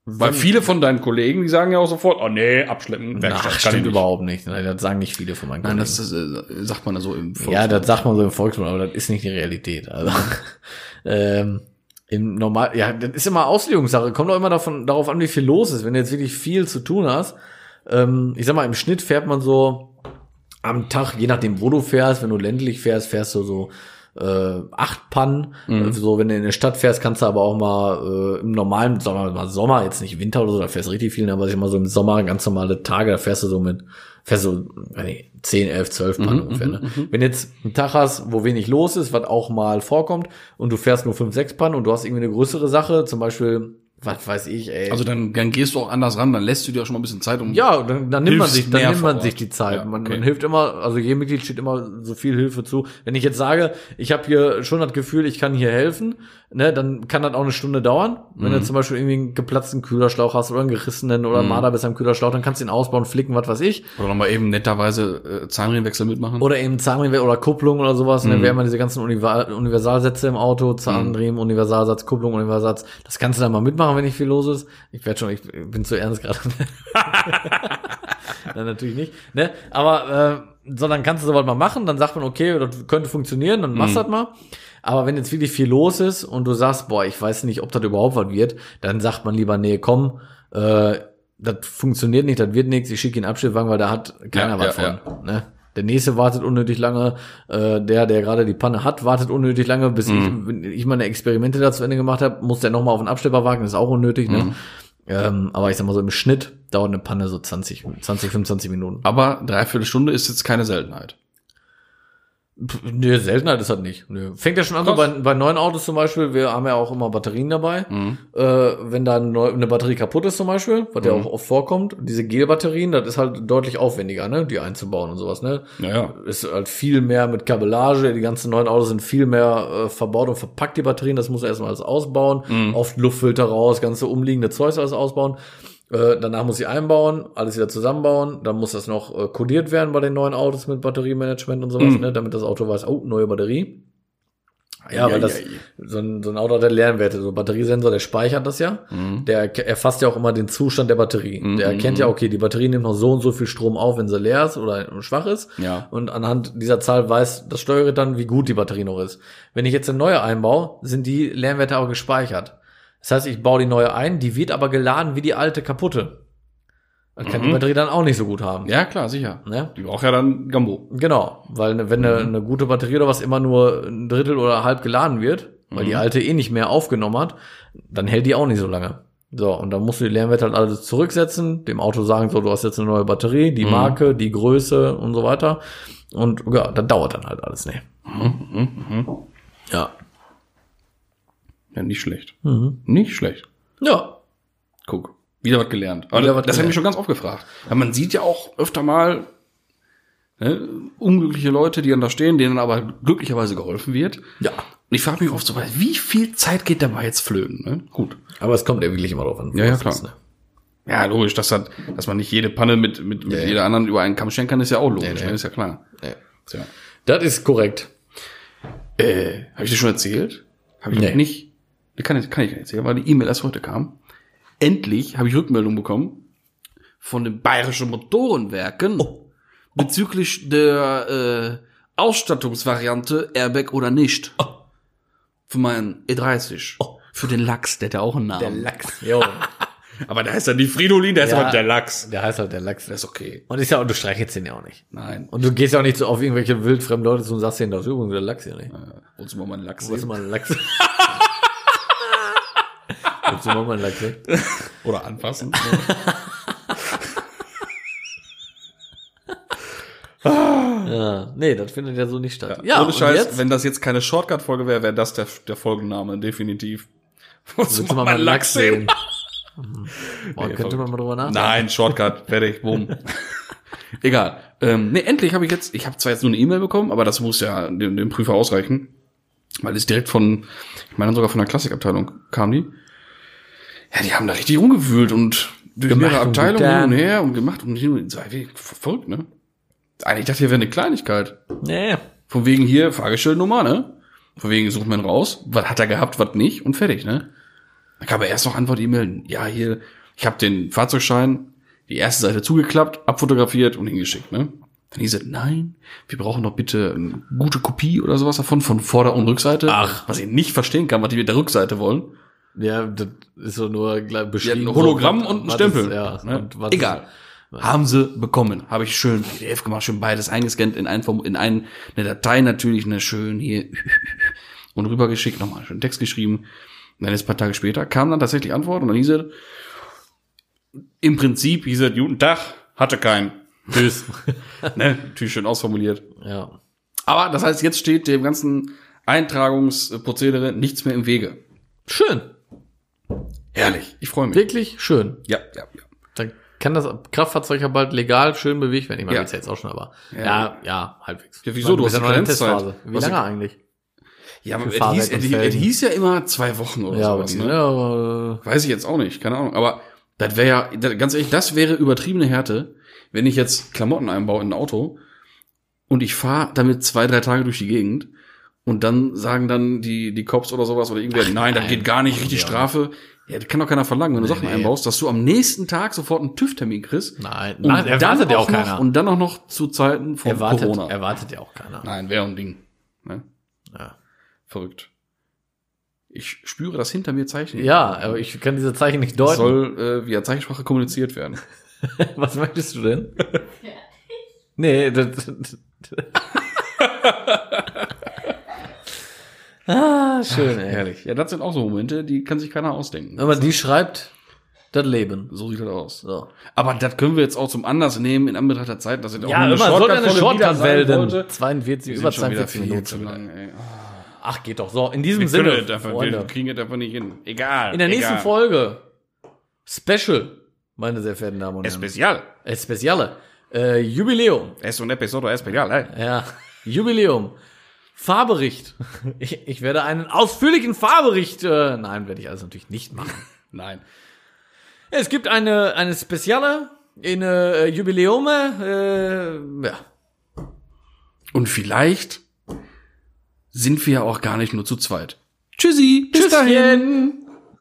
Speaker 1: Weil viele von deinen Kollegen, die sagen ja auch sofort, oh nee, abschleppen,
Speaker 2: Ach,
Speaker 1: kann ich
Speaker 2: stimmt
Speaker 1: nicht.
Speaker 2: überhaupt nicht. Nein, das sagen nicht viele von meinen
Speaker 1: Nein, das,
Speaker 2: Kollegen.
Speaker 1: das äh, sagt man da so im
Speaker 2: Ja,
Speaker 1: Volksmund.
Speaker 2: das sagt man so im Volksmund, aber das ist nicht die Realität. Also, ähm, im Normal, ja, das ist immer Auslegungssache. Kommt auch immer davon, darauf an, wie viel los ist. Wenn du jetzt wirklich viel zu tun hast, ähm, ich sag mal, im Schnitt fährt man so am Tag, je nachdem, wo du fährst, wenn du ländlich fährst, fährst du so äh, acht Pannen. Äh, So, wenn du in der Stadt fährst, kannst du aber auch mal äh, im normalen, sagen wir mal Sommer, jetzt nicht Winter oder so, da fährst du richtig viel, aber ich sag mal so im Sommer ganz normale Tage, da fährst du so mit, fährst du weiß nicht, 10, 11, 12 Pannen ungefähr. Ne? Wenn du jetzt einen Tag hast, wo wenig los ist, was auch mal vorkommt, und du fährst nur 5, 6 Pannen und du hast irgendwie eine größere Sache, zum Beispiel, was weiß ich, ey.
Speaker 1: Also dann, dann gehst du auch anders ran, dann lässt du dir auch schon mal ein bisschen Zeit, um
Speaker 2: Ja, dann, dann nimmt man
Speaker 1: Hilfst
Speaker 2: sich, dann
Speaker 1: mehr
Speaker 2: nimmt
Speaker 1: vor
Speaker 2: man
Speaker 1: Ort.
Speaker 2: sich die Zeit.
Speaker 1: Ja,
Speaker 2: man,
Speaker 1: okay.
Speaker 2: man hilft immer, also jedem Mitglied steht immer so viel Hilfe zu. Wenn ich jetzt sage, ich habe hier schon das Gefühl, ich kann hier helfen, ne, dann kann das auch eine Stunde dauern. Wenn
Speaker 1: Mhm.
Speaker 2: du zum Beispiel irgendwie einen geplatzten Kühlerschlauch hast oder einen gerissenen oder einen Marderbiss am Kühlerschlauch, dann kannst du ihn ausbauen, flicken, was weiß ich.
Speaker 1: oder nochmal eben netterweise äh, Zahnriemenwechsel mitmachen.
Speaker 2: Oder eben Zahnriemen oder Kupplung oder sowas.
Speaker 1: Mhm.
Speaker 2: Ne? Wir haben ja diese ganzen Univa- Universalsätze im Auto, Zahnriemen, Universalsatz, Kupplung, Universalsatz. Das kannst du dann mal mitmachen, wenn nicht viel los ist. Ich werde schon, ich bin zu ernst gerade. Nein, natürlich nicht. Ne? Aber äh, sondern kannst du sowas mal machen, dann sagt man, okay, das könnte funktionieren, dann machst du
Speaker 1: Mhm.
Speaker 2: das mal. Aber wenn jetzt wirklich viel los ist und du sagst, boah, ich weiß nicht, ob das überhaupt was wird, dann sagt man lieber, nee, komm, äh, das funktioniert nicht, das wird nichts, ich schicke ihn in den Abstellwagen, weil da hat keiner
Speaker 1: Ja,
Speaker 2: was
Speaker 1: ja,
Speaker 2: von. Ne? Der nächste wartet unnötig lange, äh, der, der gerade die Panne hat, wartet unnötig lange, bis ich, wenn ich meine Experimente da zu Ende gemacht habe, muss der nochmal auf den Abstellbar warten, ist auch unnötig. Ne?
Speaker 1: Mhm.
Speaker 2: Ähm, aber ich sag mal so, im Schnitt dauert eine Panne so 20, 20 25 Minuten.
Speaker 1: Aber dreiviertel Stunde ist jetzt keine Seltenheit.
Speaker 2: Pff, Nee, Seltenheit ist das nicht. Nee. Fängt ja schon an, so bei,
Speaker 1: Krass.
Speaker 2: bei neuen Autos zum Beispiel, wir haben ja auch immer Batterien dabei.
Speaker 1: Mhm.
Speaker 2: Äh, wenn da neu- eine Batterie kaputt ist zum Beispiel, was ja auch oft vorkommt, diese Gel-Batterien, das ist halt deutlich aufwendiger, ne? die einzubauen und sowas. Ne?
Speaker 1: Naja.
Speaker 2: Ist halt viel mehr mit Kabellage, die ganzen neuen Autos sind viel mehr äh, verbaut und verpackt, die Batterien, das muss er erstmal alles ausbauen,
Speaker 1: Mhm.
Speaker 2: oft Luftfilter raus, ganze umliegende Zeugs alles ausbauen. Äh, danach muss sie einbauen, alles wieder zusammenbauen, dann muss das noch äh, kodiert werden bei den neuen Autos mit Batteriemanagement und sowas,
Speaker 1: Mhm.
Speaker 2: ne, damit das Auto weiß, oh, neue Batterie. Ja,
Speaker 1: Ei,
Speaker 2: weil
Speaker 1: ei,
Speaker 2: das,
Speaker 1: ei.
Speaker 2: so ein, so ein Auto hat ja Lernwerte, so Batteriesensor, der speichert das ja
Speaker 1: Mhm.
Speaker 2: der erk- erfasst ja auch immer den Zustand der Batterie.
Speaker 1: Mhm,
Speaker 2: Der erkennt ja,
Speaker 1: mhm.
Speaker 2: okay, die Batterie nimmt noch so und so viel Strom auf, wenn sie leer ist oder schwach ist.
Speaker 1: Ja.
Speaker 2: Und anhand dieser Zahl weiß das Steuergerät dann, wie gut die Batterie noch ist. Wenn ich jetzt eine neue einbaue, sind die Lernwerte aber gespeichert. Das heißt, ich baue die neue ein, die wird aber geladen wie die alte kaputte. Dann kann die
Speaker 1: Mhm.
Speaker 2: Batterie dann auch nicht so gut haben.
Speaker 1: Ja, klar, sicher.
Speaker 2: Ne?
Speaker 1: Die braucht ja dann Gambo.
Speaker 2: Genau, weil ne- wenn eine,
Speaker 1: Mhm.
Speaker 2: eine gute Batterie oder was immer nur ein Drittel oder halb geladen wird, weil die
Speaker 1: Mhm.
Speaker 2: alte eh nicht mehr aufgenommen hat, dann hält die auch nicht so lange. So, und dann musst du die Lernwerte halt alles zurücksetzen, dem Auto sagen, so, du hast jetzt eine neue Batterie, die
Speaker 1: Mhm.
Speaker 2: Marke, die Größe und so weiter. Und ja, das dauert dann halt alles, ne?
Speaker 1: Mhm,
Speaker 2: Ja.
Speaker 1: Ja, nicht schlecht.
Speaker 2: Mhm.
Speaker 1: Nicht schlecht.
Speaker 2: Ja.
Speaker 1: Guck. Wieder was gelernt. Aber
Speaker 2: Wieder
Speaker 1: das
Speaker 2: was
Speaker 1: das hat
Speaker 2: gelernt.
Speaker 1: mich schon ganz oft gefragt. Weil man sieht ja auch öfter mal ne, unglückliche Leute, die dann da stehen, denen aber glücklicherweise geholfen wird.
Speaker 2: Ja.
Speaker 1: Und ich frage mich oft so, wie viel Zeit geht dabei jetzt flöten? Ne? Gut.
Speaker 2: Aber es kommt ja wirklich immer drauf an.
Speaker 1: Ja, ja,
Speaker 2: was
Speaker 1: klar.
Speaker 2: ist, ne?
Speaker 1: Ja, logisch, dass, das, dass man nicht jede Panne mit, mit, mit
Speaker 2: Ja, ja.
Speaker 1: jeder anderen über einen Kamm scheren kann, ist ja auch logisch,
Speaker 2: Nee, nee.
Speaker 1: ne, ist ja klar.
Speaker 2: Ja.
Speaker 1: Tja.
Speaker 2: Das ist korrekt.
Speaker 1: Äh, habe ich dir schon erzählt? Habe ich
Speaker 2: Nee.
Speaker 1: noch nicht. Kann, ich- kann ich nicht erzählen, weil die E-Mail erst heute kam. Endlich habe ich Rückmeldung bekommen von den Bayerischen Motorenwerken
Speaker 2: Oh.
Speaker 1: bezüglich der äh, Ausstattungsvariante Airbag oder nicht.
Speaker 2: Oh.
Speaker 1: Für meinen E30. Für den Lachs, der hat ja auch einen Namen.
Speaker 2: Lachs. Jo.
Speaker 1: Aber der heißt ja nicht Fridolin, der heißt
Speaker 2: Ja.
Speaker 1: aber der Lachs.
Speaker 2: der heißt halt der Lachs.
Speaker 1: Das ist okay.
Speaker 2: Und ist ja, und du streichelst den ja auch nicht.
Speaker 1: Nein.
Speaker 2: Und du gehst ja auch nicht so auf irgendwelche wildfremden Leute zu und sagst denen, das ist übrigens der Lachs hier, ne?
Speaker 1: Holst du mal meinen Lachs?
Speaker 2: Wolltest
Speaker 1: sehen?
Speaker 2: du mal einen Lachs? Wolltest du mal einen Lachs? sehen?
Speaker 1: Oder anpassen.
Speaker 2: Ja. Nee, das findet ja so nicht statt.
Speaker 1: Ja, Ohne
Speaker 2: und
Speaker 1: Scheiß,
Speaker 2: jetzt?
Speaker 1: wenn das jetzt keine Shortcut-Folge wäre, wäre das der, der Folgenname, definitiv.
Speaker 2: Willst du mal meinen Lachs sehen? Mhm. Boah,
Speaker 1: Nee,
Speaker 2: könnte man mal drüber nachdenken.
Speaker 1: Nein, Shortcut, fertig, boom. Egal. Ähm, nee, endlich habe ich jetzt, ich habe zwar jetzt nur eine E-Mail bekommen, aber das muss ja dem, dem Prüfer ausreichen. Weil es direkt von, ich meine sogar von der Klassikabteilung kam die. Ja, die haben da richtig rumgewühlt und durch
Speaker 2: Gemacht
Speaker 1: mehrere
Speaker 2: und
Speaker 1: Abteilungen hin
Speaker 2: getan.
Speaker 1: und her und gemacht und hin und her. Verrückt, ne? Eigentlich dachte ich, das wäre eine Kleinigkeit.
Speaker 2: Nee.
Speaker 1: Von wegen hier, Fahrgestellnummer, ne? Von wegen sucht man raus, was hat er gehabt, was nicht und fertig, ne? Dann kam er erst noch Antwort E-Mail, ja, hier, ich habe den Fahrzeugschein, die erste Seite zugeklappt, abfotografiert und hingeschickt, ne? Dann hieß es, nein, wir brauchen noch bitte eine gute Kopie oder sowas davon, von Vorder- und Rückseite.
Speaker 2: Ach.
Speaker 1: Was ich nicht verstehen kann, was die mit der Rückseite wollen.
Speaker 2: Ja, das ist so nur gleich beschrieben.
Speaker 1: ein Hologramm
Speaker 2: so,
Speaker 1: und ein
Speaker 2: was
Speaker 1: Stempel.
Speaker 2: Ist, ja,
Speaker 1: Ne?
Speaker 2: und was
Speaker 1: Egal. Haben sie bekommen. Habe ich schön PDF gemacht, schön beides eingescannt in, ein, Form- in ein, eine Datei natürlich, eine schön hier und rübergeschickt, nochmal schön Text geschrieben. Und dann jetzt ein paar Tage später kam dann tatsächlich Antwort und dann hieß es, im Prinzip hieß es, guten Tag, hatte keinen. Tschüss. ne? Natürlich schön ausformuliert.
Speaker 2: Ist, ja.
Speaker 1: Aber das heißt, jetzt steht dem ganzen Eintragungsprozedere nichts mehr im Wege.
Speaker 2: Schön.
Speaker 1: Herrlich. Ich freue mich.
Speaker 2: Wirklich schön.
Speaker 1: Ja, ja, ja.
Speaker 2: Dann kann das Kraftfahrzeug ja bald legal schön bewegt werden. Ich meine,
Speaker 1: Ja.
Speaker 2: ja. jetzt auch schon, aber
Speaker 1: Ja.
Speaker 2: ja, ja, halbwegs.
Speaker 1: Ja, wieso? Du
Speaker 2: Du bist
Speaker 1: hast
Speaker 2: ja noch in der
Speaker 1: Karenzzeit.
Speaker 2: Testphase. Wie
Speaker 1: Was
Speaker 2: lange
Speaker 1: ich-
Speaker 2: eigentlich?
Speaker 1: Ja, aber
Speaker 2: Für
Speaker 1: es
Speaker 2: Fahrwerk
Speaker 1: hieß,
Speaker 2: und
Speaker 1: es, es
Speaker 2: Felgen.
Speaker 1: hieß ja immer zwei Wochen oder
Speaker 2: Ja,
Speaker 1: sowas.
Speaker 2: aber-
Speaker 1: Ne?
Speaker 2: ja, äh, aber-
Speaker 1: Weiß ich jetzt auch nicht, keine Ahnung. Aber das wäre ja, das, ganz ehrlich, das wäre übertriebene Härte, wenn ich jetzt Klamotten einbaue in ein Auto und ich fahre damit zwei, drei Tage durch die Gegend und dann sagen dann die, die Cops oder sowas oder irgendwer, nein, das
Speaker 2: nein.
Speaker 1: geht gar nicht, richtig
Speaker 2: Ja.
Speaker 1: Strafe. Ja, das kann doch keiner verlangen, wenn du
Speaker 2: Nee,
Speaker 1: Sachen
Speaker 2: nee.
Speaker 1: einbaust, dass du am nächsten Tag sofort einen TÜV-Termin kriegst.
Speaker 2: Nein,
Speaker 1: Und
Speaker 2: nein, erwartet ja auch keiner.
Speaker 1: Noch, und dann auch noch zu Zeiten von
Speaker 2: erwartet,
Speaker 1: Corona.
Speaker 2: erwartet ja auch keiner.
Speaker 1: Nein, wäre ein Ding. Ne?
Speaker 2: Ja.
Speaker 1: Verrückt. Ich spüre das hinter mir Zeichen.
Speaker 2: ja, aber ich kann diese Zeichen nicht deuten.
Speaker 1: Soll äh, via Zeichensprache kommuniziert werden.
Speaker 2: Was möchtest du denn? nee, das, das, Ah, schön, ey.
Speaker 1: Herrlich. Ja, das sind auch so Momente, die kann sich keiner ausdenken.
Speaker 2: Aber die schreibt das Leben.
Speaker 1: So sieht das aus.
Speaker 2: So.
Speaker 1: Aber das können wir jetzt auch zum Anlass nehmen in Anbetracht der Zeit. Das sind
Speaker 2: Ja, immer soll
Speaker 1: Shortcut-Folge
Speaker 2: eine Shortcut
Speaker 1: wieder sein
Speaker 2: werden.
Speaker 1: wollte.
Speaker 2: 42,
Speaker 1: Wir
Speaker 2: über
Speaker 1: sind schon wieder
Speaker 2: 42
Speaker 1: viel
Speaker 2: Minuten.
Speaker 1: zu lang, ey.
Speaker 2: Ach, geht doch so. In diesem
Speaker 1: Wir,
Speaker 2: Sinne,
Speaker 1: können das einfach, wir
Speaker 2: Freunde.
Speaker 1: kriegen das einfach nicht hin. Egal.
Speaker 2: In der nächsten
Speaker 1: egal.
Speaker 2: Folge. Special, meine sehr verehrten Damen und Herren.
Speaker 1: Especial.
Speaker 2: Es Speziale. Äh, Jubiläum.
Speaker 1: Es un episodio especial, ey.
Speaker 2: Ja, Jubiläum. Fahrbericht. Ich, ich werde einen ausführlichen Fahrbericht. Äh, nein, werde ich alles natürlich nicht machen.
Speaker 1: Nein.
Speaker 2: Es gibt eine, eine Speziale, eine äh, Jubiläume. Äh, ja.
Speaker 1: Und vielleicht sind wir ja auch gar nicht nur zu zweit. Tschüssi.
Speaker 2: Tschüsschen.